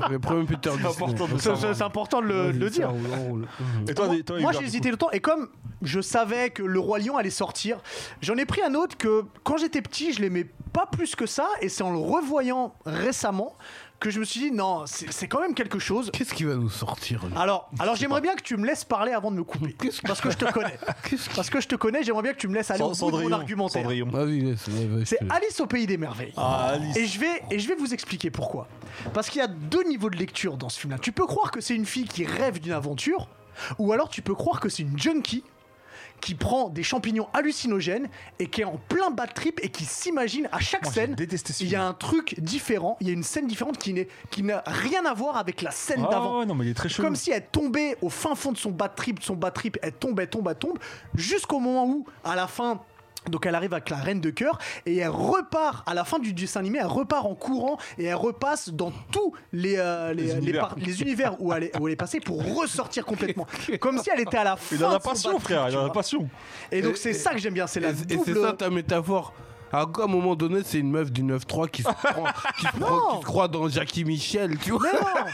Speaker 3: Ok. Le premier Peter Disney.
Speaker 2: important de
Speaker 3: Ok,
Speaker 1: Ça, ça, C'est important de le, de le
Speaker 3: ça euh,
Speaker 1: dire.
Speaker 3: roule, on roule. Mhm.
Speaker 2: Et toi,
Speaker 1: moi,
Speaker 2: des- toi,
Speaker 1: moi,
Speaker 2: Hubert,
Speaker 1: j'ai
Speaker 2: du coup
Speaker 1: hésité longtemps et comme je savais que le roi lion allait sortir, j'en ai pris un autre que quand j'étais petit, je l'aimais pas plus que ça et c'est en le revoyant récemment que je me suis dit non, c'est c'est quand même quelque chose.
Speaker 3: Qu'est-ce qui va nous sortir
Speaker 2: Ah.
Speaker 3: lui
Speaker 1: Alors, alors j'aimerais bien que tu me laisses parler avant de me couper parce que je te
Speaker 2: <laughs>
Speaker 1: connais. Parce que je te connais, j'aimerais bien que tu me laisses aller au bout de mon argumentaire.
Speaker 2: Cendrillon.
Speaker 3: Vas-y, laisse, laisse, laisse.
Speaker 1: C'est Alice au pays des merveilles.
Speaker 2: Ah, Alice.
Speaker 1: Et je vais, et je vais vous expliquer pourquoi. Parce qu'il y a deux niveaux de lecture dans ce film-là. Tu peux croire que c'est une fille qui rêve d'une aventure, ou alors tu peux croire que c'est une junkie qui prend des champignons hallucinogènes et qui est en plein bad trip et qui s'imagine à chaque
Speaker 2: Moi, j'ai
Speaker 1: scène.
Speaker 2: détesté ce
Speaker 1: Il y a un truc différent, il y a une scène différente qui n'est- qui n'a rien à voir avec la scène
Speaker 2: Ah
Speaker 1: d'avant.
Speaker 2: ouais, non, mais il est très chelou.
Speaker 1: Comme si elle tombait au fin fond de son bad trip, de son bad trip, elle tombe, elle tombe, elle tombe, jusqu'au moment où, à la fin, donc elle arrive avec la reine de cœur et elle repart à la fin du dessin animé, elle repart en courant et elle repasse dans tous les, euh, les,
Speaker 2: Les univers.
Speaker 1: par- les univers où elle, est, où elle est passée pour ressortir complètement. Comme si elle était à la fin.
Speaker 2: Il a
Speaker 1: de
Speaker 2: la
Speaker 1: son
Speaker 2: passion,
Speaker 1: bad trip,
Speaker 2: frère,
Speaker 1: tu
Speaker 2: il a la
Speaker 1: vois.
Speaker 2: passion.
Speaker 1: Et donc
Speaker 3: Et-
Speaker 1: c'est ça que j'aime bien, c'est la
Speaker 3: Et- Et c'est
Speaker 1: double-
Speaker 3: ça ta métaphore. À un moment donné, c'est une meuf du 9-3 qui se prend, qui se prend- qui se croit dans Jackie Michel, tu vois.
Speaker 1: Mais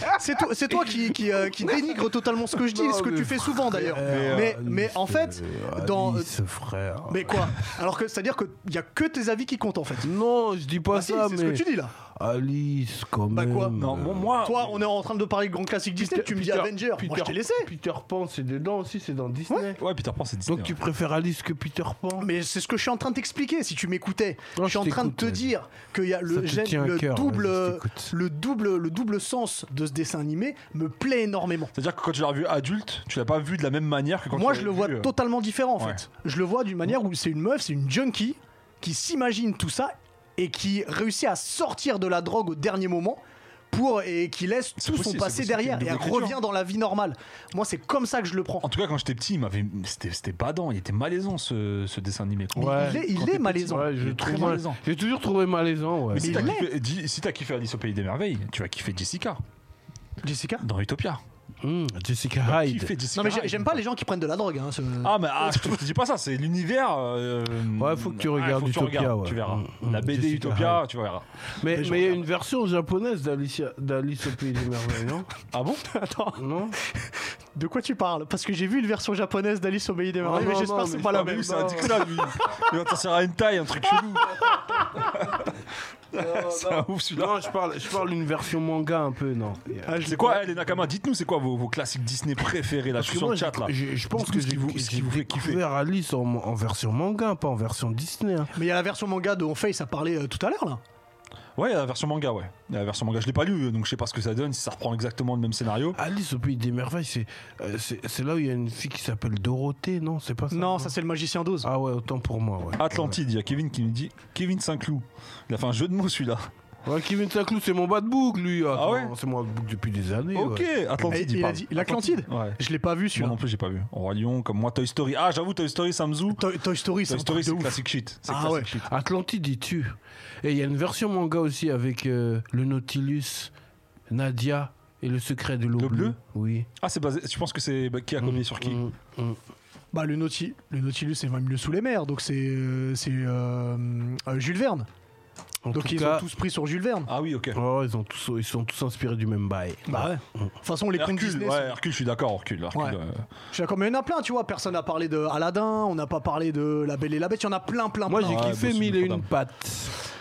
Speaker 1: non C'est toi, c'est toi qui, qui, euh, qui dénigre totalement ce que je dis,
Speaker 3: Non,
Speaker 1: ce que
Speaker 3: mais
Speaker 1: tu fais souvent d'ailleurs.
Speaker 3: frère,
Speaker 1: Mais,
Speaker 3: Alice,
Speaker 1: mais en fait,
Speaker 3: euh,
Speaker 1: dans,
Speaker 3: Alice, frère.
Speaker 1: Mais
Speaker 3: <laughs>
Speaker 1: quoi Alors que c'est-à-dire qu'il y a que tes avis qui comptent en fait.
Speaker 3: Non, je dis pas
Speaker 1: Bah si,
Speaker 3: ça,
Speaker 1: c'est
Speaker 3: mais.
Speaker 1: ce que tu dis là.
Speaker 3: Alice, quand
Speaker 1: Bah
Speaker 3: même.
Speaker 1: quoi
Speaker 2: Non, bon, moi.
Speaker 1: Toi, on est en train de parler de grand classique Disney, tu me dis Avenger. Moi, je t'ai laissé.
Speaker 3: Peter Pan, c'est dedans aussi, c'est dans Disney.
Speaker 2: Ouais, Peter Pan, c'est Disney.
Speaker 3: Donc
Speaker 2: ouais.
Speaker 3: tu préfères Alice que Peter Pan
Speaker 1: Mais c'est ce que je suis en train de t'expliquer. Si tu m'écoutais,
Speaker 3: Non,
Speaker 1: je suis en
Speaker 3: je
Speaker 1: train de
Speaker 3: t'écoute,
Speaker 1: te
Speaker 3: vas-y.
Speaker 1: dire qu'il y a
Speaker 3: Ça
Speaker 1: le,
Speaker 3: te
Speaker 1: gène-
Speaker 3: tient à
Speaker 1: le
Speaker 3: cœur,
Speaker 1: double,
Speaker 3: vas-y, je t'écoute.
Speaker 1: le double, le double sens de ce dessin animé me plaît énormément.
Speaker 2: hein. C'est-à-dire que quand tu l'as vu adulte, tu l'as pas vu de la même manière que quand
Speaker 1: Moi,
Speaker 2: tu
Speaker 1: je
Speaker 2: l'avais
Speaker 1: le vois
Speaker 2: vu, euh,
Speaker 1: totalement différent en
Speaker 2: ouais.
Speaker 1: fait. Je le vois d'une manière où c'est une meuf, c'est une junkie qui s'imagine tout ça et qui réussit à sortir de la drogue au dernier moment pour et qui laisse tout
Speaker 2: possible,
Speaker 1: son
Speaker 2: c'est
Speaker 1: passé
Speaker 2: possible,
Speaker 1: derrière
Speaker 2: c'est
Speaker 1: et
Speaker 2: une
Speaker 1: elle
Speaker 2: double écriture.
Speaker 1: revient dans la vie normale. Moi, c'est comme ça que je le prends.
Speaker 2: En tout cas, quand j'étais petit, il m'avait. C'était c'était badant, il était malaisant ce, ce dessin animé. quoi.
Speaker 1: Mais il est, il
Speaker 2: quand
Speaker 1: est
Speaker 2: t'es petit,
Speaker 1: malaisant.
Speaker 3: Ouais, je
Speaker 2: Il est
Speaker 3: le
Speaker 2: très
Speaker 3: trouve mal-
Speaker 2: malaisant.
Speaker 3: J'ai toujours trouvé malaisant, ouais.
Speaker 2: Mais si
Speaker 1: il
Speaker 2: t'as
Speaker 1: l'est.
Speaker 2: kiffé, dis- si t'as kiffé Alice au Pays des Merveilles, tu vas kiffer Jessica
Speaker 1: Jessica
Speaker 2: dans Utopia.
Speaker 3: Hum, Jessica Hyde.
Speaker 2: Kiffer Jessica.
Speaker 1: Non mais j'ai-
Speaker 2: Hyde.
Speaker 1: j'aime pas les gens qui prennent de la drogue. hein, ce-
Speaker 2: Ah, mais ah, je te je te dis pas ça, c'est l'univers. euh,
Speaker 3: Ouais, faut que tu
Speaker 2: ah,
Speaker 3: regardes
Speaker 2: faut que tu
Speaker 3: Utopia,
Speaker 2: regardes,
Speaker 3: ouais.
Speaker 2: Tu verras.
Speaker 3: Mm, mm,
Speaker 2: La BD
Speaker 3: Jessica
Speaker 2: Utopia, tu verras.
Speaker 3: Mais mais il y a une <laughs> version japonaise d'Alicia- d'Alice au Pays des Merveilles, non
Speaker 2: Ah bon
Speaker 1: Attends,
Speaker 3: Non
Speaker 1: de quoi tu parles Parce que j'ai vu une version japonaise d'Alice au pays des merveilles,
Speaker 3: Ah,
Speaker 1: mais
Speaker 3: non,
Speaker 1: j'espère
Speaker 3: non,
Speaker 1: que c'est
Speaker 3: mais
Speaker 1: pas la
Speaker 2: mais
Speaker 1: même.
Speaker 2: bah oui, c'est un Dixon,
Speaker 3: <laughs>
Speaker 2: lui. Il va t'en servir à une taille, un truc chelou. c'est un ouf celui-là.
Speaker 3: Non, je parle, je parle d'une version manga un peu, non.
Speaker 1: Ah, je-
Speaker 2: C'est quoi, eh, les Nakama Dites-nous, c'est quoi vos, vos classiques Disney préférés là Je
Speaker 3: Parce
Speaker 2: suis
Speaker 3: que
Speaker 2: sur
Speaker 3: moi,
Speaker 2: le chat là.
Speaker 3: Je, je pense
Speaker 2: Dites-nous
Speaker 3: que
Speaker 2: ce qui
Speaker 3: j'ai
Speaker 2: vous- ce qui
Speaker 3: j'ai
Speaker 2: vous fait kiffer.
Speaker 3: découvert Alice en, en version manga, pas en version Disney. hein.
Speaker 1: Mais il y a la version manga de On Face à parler euh, tout à l'heure là.
Speaker 2: Ouais, il y a la version manga, ouais. Il y a La version manga, je l'ai pas lu, donc je sais pas ce que ça donne, si ça reprend exactement le même scénario.
Speaker 3: Alice au pays des merveilles, c'est euh, c'est c'est là où il y a une fille qui s'appelle Dorothée, non C'est pas ça
Speaker 1: Non, ça c'est le magicien d'Oz.
Speaker 3: Ah ouais, autant pour moi. Ouais,
Speaker 2: Atlantide, il y a Kevin qui nous dit Kevin Saint-Cloud. Il a fait un jeu de mots celui-là.
Speaker 3: Ouais, Kevin Saclou, c'est mon bad book, lui. Attends,
Speaker 2: ouais
Speaker 3: C'est mon bad book depuis des années.
Speaker 2: Ok,
Speaker 3: ouais.
Speaker 1: Et-
Speaker 2: Atlantide.
Speaker 1: il a
Speaker 2: parle.
Speaker 1: dit l'Atlantide
Speaker 2: Ouais.
Speaker 1: Je l'ai pas vu
Speaker 2: Moi
Speaker 1: celui-là.
Speaker 2: non plus, j'ai pas vu. Roi Lion, comme moi, Toy Story. Ah, j'avoue, Toy Story, ça me zoue.
Speaker 1: Toy, Toy Story, c'est
Speaker 2: Toy
Speaker 1: un truc
Speaker 2: Story,
Speaker 1: de
Speaker 2: c'est
Speaker 1: ouf.
Speaker 2: classique shit. C'est
Speaker 1: Ah
Speaker 2: classic
Speaker 1: ouais.
Speaker 2: shit.
Speaker 3: Atlantide, il tue. Et il y a une version manga aussi avec euh, le Nautilus, Nadia et le secret de l'eau
Speaker 2: Le
Speaker 3: bleue.
Speaker 2: bleu
Speaker 3: Oui.
Speaker 2: Ah, c'est basé. Tu penses que c'est bah, qui a copié sur qui
Speaker 3: Mm, mm.
Speaker 1: Bah, le, Nauti- le Nautilus, c'est 20 milieux sous les mers, donc c'est euh, c'est, euh, euh, Jules Verne.
Speaker 3: En
Speaker 1: donc
Speaker 3: tout
Speaker 1: ils
Speaker 3: cas,
Speaker 1: ont tous pris sur Jules Verne.
Speaker 2: Ah oui, ok.
Speaker 3: oh, ils, ont tous, ils sont tous inspirés du même bail.
Speaker 1: Bah ouais. De toute façon, les contes
Speaker 2: Hercule,
Speaker 1: Disney.
Speaker 2: ouais,
Speaker 1: sont-
Speaker 2: Hercule, je suis d'accord, Hercule. Hercule,
Speaker 1: Ouais.
Speaker 2: euh,
Speaker 1: Je suis d'accord, mais il y en a plein, tu vois. Personne n'a parlé de Aladdin, on n'a pas parlé de La Belle et la Bête, il y en a plein, plein,
Speaker 3: Moi,
Speaker 1: plein.
Speaker 3: j'ai
Speaker 2: Ouais,
Speaker 3: kiffé
Speaker 2: bon,
Speaker 3: mille
Speaker 2: c'est
Speaker 3: et
Speaker 2: une
Speaker 3: une pattes.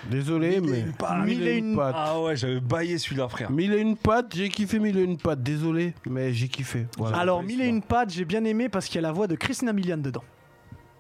Speaker 3: Désolé,
Speaker 1: Mille et
Speaker 3: mais.
Speaker 1: une pattes. Mille et une-
Speaker 3: pattes.
Speaker 2: Ah ouais, j'avais baillé celui-là, frère.
Speaker 1: Mm.
Speaker 3: Mille et une pattes, j'ai kiffé mille et une pattes. Désolé, mais j'ai kiffé. Voilà.
Speaker 1: Ah. Alors,
Speaker 2: Ouais,
Speaker 1: Mille et
Speaker 2: celui-là.
Speaker 1: une pattes, j'ai bien aimé parce qu'il y a la voix de Christina Milian dedans.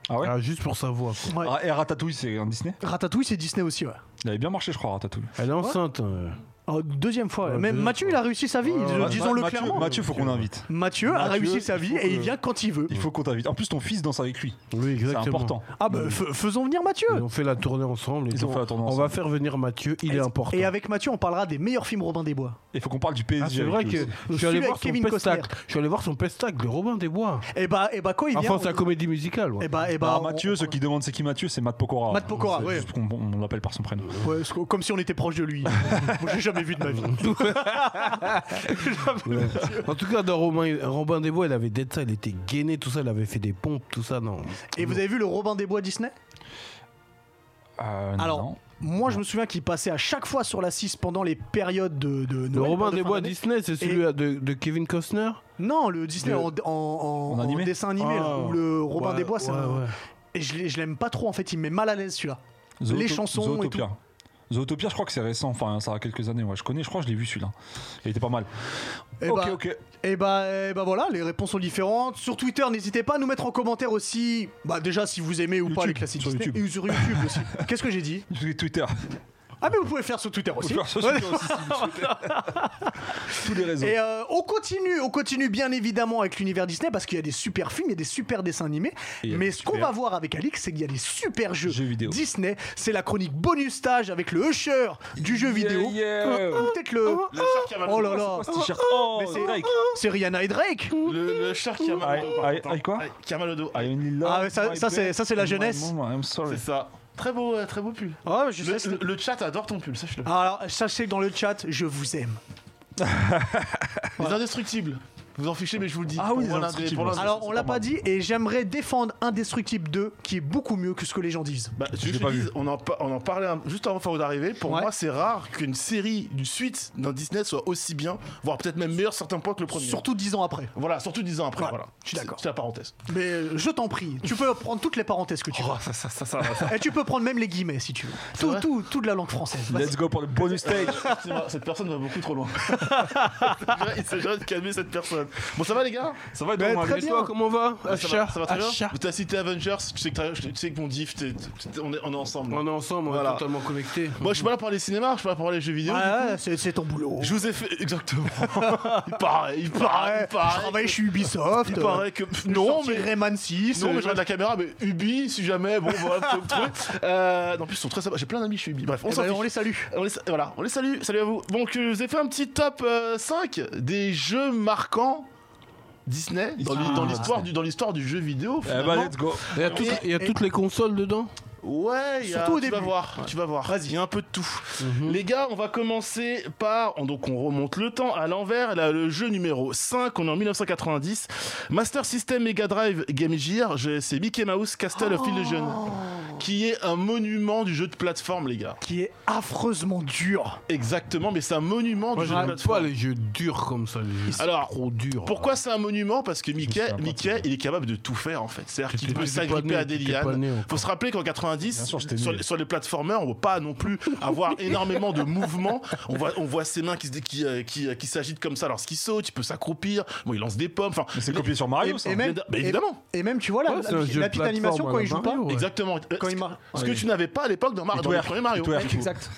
Speaker 2: Ah ouais
Speaker 3: Ah, juste pour sa voix. quoi.
Speaker 1: Ouais.
Speaker 2: Ah, et Ratatouille, c'est un Disney
Speaker 1: Ratatouille, c'est Disney aussi, ouais.
Speaker 2: Il avait bien marché, je crois, Ratatouille.
Speaker 3: Elle est enceinte. hein.
Speaker 1: Oh, deuxième fois.
Speaker 3: Ouais,
Speaker 1: mais
Speaker 3: deuxième
Speaker 1: Mathieu, il a réussi sa vie,
Speaker 3: Ouais,
Speaker 1: dis-
Speaker 3: ouais.
Speaker 1: disons-le
Speaker 2: Mathieu-
Speaker 1: clairement.
Speaker 2: Mathieu, faut qu'on l'invite.
Speaker 1: Mathieu, a
Speaker 2: Mathieu,
Speaker 1: réussi sa
Speaker 2: il faut
Speaker 1: vie
Speaker 2: que-
Speaker 1: et il vient quand il veut.
Speaker 2: Il faut qu'on t'invite. En plus, ton fils danse avec lui.
Speaker 3: Oui,
Speaker 2: C'est
Speaker 3: exactement.
Speaker 2: important.
Speaker 1: Ah bah, f- faisons venir Mathieu
Speaker 3: Ils ont fait la tournée ensemble. et
Speaker 2: Ils ont
Speaker 3: tout.
Speaker 2: fait la tournée
Speaker 3: on
Speaker 2: ensemble.
Speaker 3: va faire venir Mathieu, il est important.
Speaker 1: Et avec Mathieu, on parlera des meilleurs films Robin des Bois.
Speaker 2: Il faut qu'on parle du PSG.
Speaker 3: Ah, c'est
Speaker 2: avec
Speaker 3: vrai
Speaker 2: lui
Speaker 3: que
Speaker 2: aussi.
Speaker 3: je suis,
Speaker 1: Celui
Speaker 3: allé
Speaker 1: avec
Speaker 3: voir son
Speaker 1: Kevin
Speaker 3: pestacle.
Speaker 1: Costner.
Speaker 3: je suis allé voir son pestacle de Robin Desbois.
Speaker 1: Et bah, et bah quand il vient.
Speaker 3: Enfin, sa comédie musicale. ouais.
Speaker 1: Et bah, et bah.
Speaker 2: Alors,
Speaker 1: on-
Speaker 2: Mathieu, ceux qui demandent c'est qui Mathieu, c'est Matt Pokora.
Speaker 1: Matt Pokora,
Speaker 2: C'est
Speaker 1: ouais.
Speaker 2: juste qu'on- On, l'appelle par son prénom.
Speaker 1: Ouais, c'est co- comme si on était proche de <laughs> lui. Moi, j'ai jamais vu de ma vie.
Speaker 3: En tout cas, dans Robin, Robin Desbois, il avait d'être ça, il était gainé, tout ça, il avait fait des pompes, tout ça. Non.
Speaker 1: Et vous avez vu le Robin des Bois Disney
Speaker 2: Euh,
Speaker 1: Alors,
Speaker 2: non.
Speaker 1: moi, je me souviens qu'il passait à chaque fois sur la 6 pendant les périodes de, de Noël,
Speaker 3: Le
Speaker 1: pas
Speaker 3: Robin
Speaker 1: de fin
Speaker 3: Desbois
Speaker 1: d'année.
Speaker 3: Disney, c'est celui de, de Kevin Costner
Speaker 1: Non, le Disney
Speaker 3: Le-
Speaker 1: en, en- en-
Speaker 2: En
Speaker 1: en
Speaker 2: animé
Speaker 1: dessin animé, là,
Speaker 3: Ah.
Speaker 1: où le Robin
Speaker 3: Ouais,
Speaker 1: des Bois, c'est
Speaker 3: ouais,
Speaker 1: un-
Speaker 3: ouais.
Speaker 1: Et je l'ai- je l'aime pas trop, en fait, il me met mal à l'aise celui-là. les
Speaker 2: Zooto-
Speaker 1: chansons et
Speaker 2: Zootopia. Zootopia, je crois que c'est récent, enfin ça a quelques années, ouais. je connais, je crois que je l'ai vu celui-là. Il était pas mal.
Speaker 1: Eh
Speaker 2: ok,
Speaker 1: bah,
Speaker 2: ok.
Speaker 1: Et bah, et bah voilà, les réponses sont différentes. Sur Twitter, n'hésitez pas à nous mettre en commentaire aussi, bah déjà si vous aimez ou pas
Speaker 2: YouTube,
Speaker 1: les classiques
Speaker 2: sur
Speaker 1: Disney,
Speaker 2: YouTube.
Speaker 1: et sur YouTube
Speaker 2: <laughs>
Speaker 1: aussi. Qu'est-ce que j'ai dit
Speaker 2: Twitter.
Speaker 1: Ah mais vous pouvez le faire sur Twitter
Speaker 2: Vous
Speaker 1: aussi.
Speaker 2: pouvez faire ça sur Twitter aussi, si vous le souhaitez. Tous les réseaux.
Speaker 1: Et euh, on continue, on continue bien évidemment avec l'univers Disney parce qu'il y a des super films, il y a des super dessins animés.
Speaker 2: Et il y a
Speaker 1: Mais
Speaker 2: des
Speaker 1: ce qu'on
Speaker 2: super-
Speaker 1: va voir avec Alix, c'est qu'il y a des super jeux,
Speaker 2: Jeux vidéo.
Speaker 1: Disney. C'est la chronique bonus stage avec le usher du jeu vidéo.
Speaker 2: yeah.
Speaker 1: Ou Peut-être le. Oh là là.
Speaker 2: C'est t-shirt. Oh,
Speaker 1: Mais c'est C'est Rihanna et Drake.
Speaker 5: Le, le cher qui a mal au dos. par
Speaker 2: Aïe,
Speaker 5: contre,
Speaker 2: aïe,
Speaker 5: hein.
Speaker 2: quoi
Speaker 5: Aïe, Qui a mal au dos.
Speaker 1: Ah, mais ça- ça, c'est- ça, c'est la jeunesse.
Speaker 2: I'm sorry.
Speaker 5: C'est ça. Très beau, euh, très beau pull.
Speaker 1: Oh, je
Speaker 5: Le,
Speaker 1: sais. Ah,
Speaker 5: le- le chat adore ton pull, sache-le.
Speaker 1: Alors sachez que dans le chat, je vous aime.
Speaker 5: Les indestructibles. Vous en fichez, mais je vous le dis.
Speaker 2: Ah oui,
Speaker 5: Pour
Speaker 2: les
Speaker 5: l'un des-
Speaker 2: Indestructibles.
Speaker 5: pour l'un des-
Speaker 1: Alors, on l'a pas
Speaker 2: pas mal.
Speaker 1: dit et j'aimerais défendre Indestructible 2 qui est beaucoup mieux que ce que les gens disent.
Speaker 5: Bah, tu veux
Speaker 2: Je
Speaker 5: que
Speaker 2: l'ai
Speaker 5: je te
Speaker 2: pas
Speaker 5: dise,
Speaker 2: vu.
Speaker 5: on, en, par- on en parlait un- juste avant Faro d'arriver. Pour
Speaker 1: Ouais.
Speaker 5: moi, c'est rare qu'une série, une suite d'un Disney soit aussi bien, voire peut-être même meilleure certains points que le premier.
Speaker 1: Surtout 10 ans après.
Speaker 5: Voilà, surtout 10 ans après.
Speaker 1: Ouais,
Speaker 5: voilà.
Speaker 1: je suis d'accord.
Speaker 5: C'est c'est la parenthèse. <laughs>
Speaker 1: Mais euh, je t'en prie, tu peux prendre toutes les parenthèses que tu veux.
Speaker 5: ça, ça, ça,
Speaker 1: Et tu peux prendre même les guillemets si tu veux. Tout,
Speaker 5: vrai
Speaker 1: tout, tout de la langue française.
Speaker 2: Let's go pour le bonus stage.
Speaker 5: Cette personne va beaucoup trop loin. <laughs> Il s'agirait de calmer cette personne. Bon, ça va les gars
Speaker 2: Ça va être
Speaker 1: Mais
Speaker 2: bon,
Speaker 1: très
Speaker 2: Alex.
Speaker 3: Et toi, comment on va
Speaker 1: Ah,
Speaker 5: Ouais, ça, va, ça va très bien.
Speaker 3: Achat.
Speaker 5: T'as cité Avengers, tu sais que, t'as- tu sais que mon diff, t'es- t'es- on, est, on est ensemble.
Speaker 3: On est ensemble, on
Speaker 5: Voilà.
Speaker 3: est totalement connectés.
Speaker 5: Moi, je suis pas là pour les cinémas, je suis pas là pour les jeux vidéo.
Speaker 1: Ah ouais, c'est c'est ton boulot. Ah,
Speaker 5: Je vous ai fait.
Speaker 1: <laughs>
Speaker 5: Exactement. il paraît, il paraît,
Speaker 1: Ouais,
Speaker 5: il
Speaker 1: je
Speaker 5: paraît.
Speaker 1: travaille chez Ubisoft.
Speaker 5: Il paraît
Speaker 1: <laughs>
Speaker 5: que.
Speaker 1: euh, Non,
Speaker 5: Sorti-
Speaker 1: mais Rayman 6.
Speaker 5: Non,
Speaker 1: euh,
Speaker 5: mais je regarde la caméra, mais Ubi, si jamais, bon, voilà,
Speaker 1: <laughs>
Speaker 5: vous pouvez me trouver. Euh, non, en plus, ils sont très sympas. J'ai plein d'amis chez Ubi. Bref, on
Speaker 1: eh
Speaker 5: s'en
Speaker 1: ben,
Speaker 5: fiche.
Speaker 1: on les salue.
Speaker 5: On les, sa- voilà, on les salue, salut à vous. Donc, euh, je vous ai fait un petit top euh, 5 des jeux marquants Disney dans
Speaker 1: Ah.
Speaker 5: l'hi- dans l'histoire du, dans l'histoire du jeu vidéo.
Speaker 2: Eh
Speaker 5: finalement.
Speaker 2: bah, let's go.
Speaker 3: Il y a, tout- il y a toutes les consoles dedans
Speaker 5: Ouais, il y a-
Speaker 1: Surtout au
Speaker 5: tu vas
Speaker 1: début.
Speaker 5: voir, tu vas voir. Vas-y, il y a un peu de tout. Les gars, on va commencer par on- donc on remonte le temps à l'envers, là le jeu numéro 5, on est en 1990, Master System Mega Drive Game Gear, je- c'est Mickey Mouse Castle of Illusion. qui est un monument du jeu de plateforme, les gars.
Speaker 1: qui est affreusement dur.
Speaker 5: Exactement, mais c'est un monument
Speaker 3: Moi,
Speaker 5: du
Speaker 3: je
Speaker 5: jeu de
Speaker 3: n'aime
Speaker 5: plateforme.
Speaker 3: pas Ah, les jeux durs comme ça. Les jeux
Speaker 5: Alors,
Speaker 3: trop durs.
Speaker 5: Pourquoi c'est un monument Parce que Mickey,
Speaker 2: souviens pas,
Speaker 5: Mickey, il est capable de tout faire en fait. C'est-à-dire qu'il
Speaker 3: T'étais-
Speaker 5: peut
Speaker 3: t'étais pas
Speaker 5: s'agripper
Speaker 3: né,
Speaker 5: à des
Speaker 3: t'étais pas
Speaker 5: lianes.
Speaker 3: né encore.
Speaker 5: Faut se rappeler qu'en 90,
Speaker 2: Bien sûr, j'étais
Speaker 5: sur,
Speaker 2: nul.
Speaker 5: sur les plateformeurs, on ne pas non plus avoir énormément de mouvements. On voit, on voit ses mains qui, se- qui, euh, qui, euh, qui s'agitent comme ça alors qu'il saute, il peut s'accroupir, bon, il lance des pommes. Enfin,
Speaker 2: Mais c'est copié sur Mario,
Speaker 1: et-
Speaker 2: ça.
Speaker 1: et même-
Speaker 5: mais- mais évidemment,
Speaker 1: Et même, tu vois, la,
Speaker 3: Ouais, c'est
Speaker 1: la-
Speaker 3: un
Speaker 1: la
Speaker 3: jeu de
Speaker 1: petite
Speaker 3: plateforme
Speaker 1: animation,
Speaker 3: à
Speaker 1: quand
Speaker 3: la
Speaker 1: il joue pas,
Speaker 3: Mario, ouais.
Speaker 5: exactement. Euh,
Speaker 1: Quand
Speaker 5: ce
Speaker 1: il
Speaker 5: que-
Speaker 1: marche.
Speaker 5: ce que tu n'avais pas à l'époque dans, Mar-
Speaker 2: Il
Speaker 5: dans les
Speaker 2: twerk,
Speaker 5: premiers Mario.
Speaker 2: il twerk.
Speaker 1: Exact.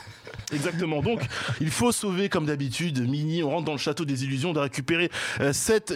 Speaker 5: Exactement. Donc, il faut sauver, comme d'habitude, Mini. On rentre dans le château des illusions de récupérer euh, 7,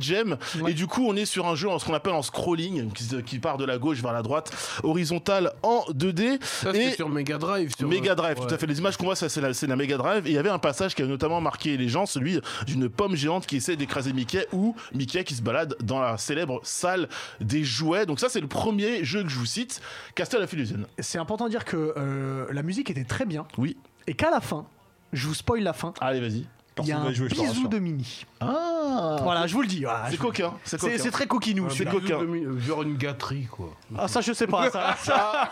Speaker 5: gemmes. Et du coup, on est sur un jeu en ce qu'on appelle en scrolling, qui, se- qui part de la gauche vers la droite, horizontal en 2D.
Speaker 3: Ça,
Speaker 5: et
Speaker 3: c'est sur Mega Drive. sur- euh,
Speaker 5: Mega Drive, tout
Speaker 3: Ouais.
Speaker 5: à fait. Les images qu'on voit, ça, c'est la, c'est la Mega Drive. Et il y avait un passage qui a notamment marqué les gens, celui d'une pomme géante qui essaie d'écraser Mickey ou Mickey qui se balade dans la célèbre salle des jouets. Donc, ça, c'est le premier jeu que je vous cite, Castle of Illusion.
Speaker 1: C'est important de dire que euh, la musique était très bien
Speaker 5: Oui.
Speaker 1: et qu'à la fin, je vous spoil la fin,
Speaker 5: Allez, vas-y.
Speaker 1: il y a
Speaker 2: Personne
Speaker 1: un
Speaker 2: va y jouer, je hein. te
Speaker 1: bisou
Speaker 2: rassure.
Speaker 1: de mini.
Speaker 5: hein. Ah
Speaker 1: Voilà, je vous le dis. voilà,
Speaker 5: C'est hein.
Speaker 1: je-
Speaker 5: coquin. C'est
Speaker 1: c'est-
Speaker 5: coquin.
Speaker 1: c'est très coquinou.
Speaker 3: Un
Speaker 1: celui-là.
Speaker 5: coquin.
Speaker 3: bisou de mi- Genre une gâterie,
Speaker 5: <laughs>
Speaker 3: quoi.
Speaker 1: Ah, ça, je sais pas. Ça,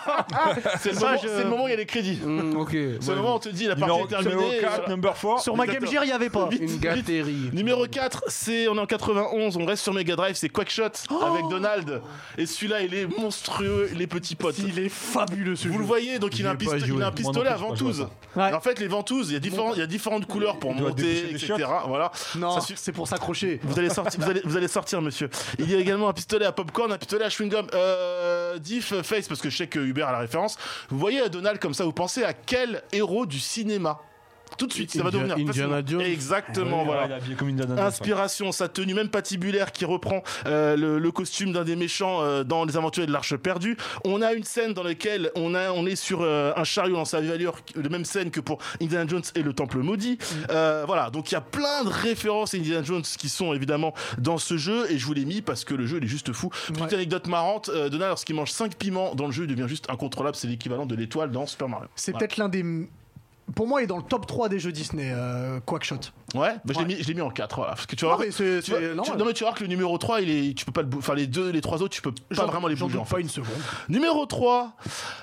Speaker 5: C'est le,
Speaker 1: Ça,
Speaker 5: moment-
Speaker 1: je-
Speaker 5: c'est le moment où il y a les crédits.
Speaker 3: Hmm, ok.
Speaker 5: C'est le
Speaker 3: ouais.
Speaker 5: moment où on te dit la partie
Speaker 2: Numéro
Speaker 5: est terminée. euh,
Speaker 2: numéro
Speaker 5: et
Speaker 2: 4,
Speaker 5: voilà.
Speaker 2: number 4.
Speaker 1: Sur ma Game Gear, il n'y avait pas.
Speaker 5: Vite,
Speaker 3: Une
Speaker 5: vite.
Speaker 3: gâterie.
Speaker 5: Numéro 4, c'est on est en 91, on reste sur Mega Drive, c'est Quackshot avec Donald. Et celui-là, il est monstrueux, les petits potes.
Speaker 1: <laughs> Il est fabuleux ce
Speaker 5: Vous
Speaker 1: jeu.
Speaker 5: le voyez, donc il a, un
Speaker 3: J'y ai pas
Speaker 5: pisto-
Speaker 3: joué.
Speaker 5: il a
Speaker 3: Moi
Speaker 5: un
Speaker 3: non
Speaker 5: pistolet à
Speaker 2: plus, j'ai pas joué à
Speaker 5: ventouses.
Speaker 1: Ouais.
Speaker 5: Et en fait, les ventouses, il y a, différents- il y a différentes couleurs pour
Speaker 2: Il doit
Speaker 5: monter,
Speaker 2: déboucher des
Speaker 5: etc.
Speaker 2: chiottes.
Speaker 5: Voilà.
Speaker 1: Non,
Speaker 5: Ça suffit.
Speaker 1: c'est pour s'accrocher.
Speaker 5: Vous allez, sortir, vous, allez, vous allez sortir, monsieur. Il y a également un pistolet à popcorn, un pistolet à chewing-gum. Euh, diff, euh, face, parce que je sais que Hubert a la référence. Vous voyez à Donald comme ça, vous pensez à quel héros du cinéma Tout de suite, ça va
Speaker 3: Indiana-
Speaker 5: devenir. fascinant.
Speaker 3: Indiana Jones.
Speaker 5: Exactement,
Speaker 2: Ouais,
Speaker 5: voilà.
Speaker 2: il est habillé comme une dame.
Speaker 5: Inspiration, sa tenue même patibulaire qui reprend euh, le, le costume d'un des méchants euh, dans Les Aventuriers de l'Arche perdue. On a une scène dans laquelle on, a, on est sur euh, un chariot en sa valeur, la même scène que pour Indiana Jones et le Temple maudit.
Speaker 1: Mm.
Speaker 5: Euh, voilà, donc il y a plein de références à Indiana Jones qui sont évidemment dans ce jeu et je vous l'ai mis parce que le jeu il est juste fou. Petite
Speaker 1: Ouais.
Speaker 5: anecdote marrante, euh, Donald lorsqu'il mange 5 piments dans le jeu, il devient juste incontrôlable, c'est l'équivalent de l'étoile dans Super Mario.
Speaker 1: C'est
Speaker 5: Voilà.
Speaker 1: peut-être l'un des. Pour moi, il est dans le top 3 des jeux Disney, euh, Quackshot.
Speaker 5: Ouais, bah, je l'ai
Speaker 1: Ouais.
Speaker 5: mis- je l'ai mis, en 4, voilà, parce que tu vas
Speaker 1: Non,
Speaker 5: voir-
Speaker 1: mais c'est
Speaker 5: Tu
Speaker 1: c'est
Speaker 5: vois, Bah, tu-
Speaker 1: normal.
Speaker 5: non mais tu vas voir que le numéro 3 il est, tu peux pas le bou- enfin les deux les trois autres tu peux pas
Speaker 1: J'en-
Speaker 5: vraiment les
Speaker 1: j'en
Speaker 5: bouger
Speaker 1: doute
Speaker 5: en
Speaker 1: pas
Speaker 5: fait.
Speaker 1: une seconde.
Speaker 5: Numéro 3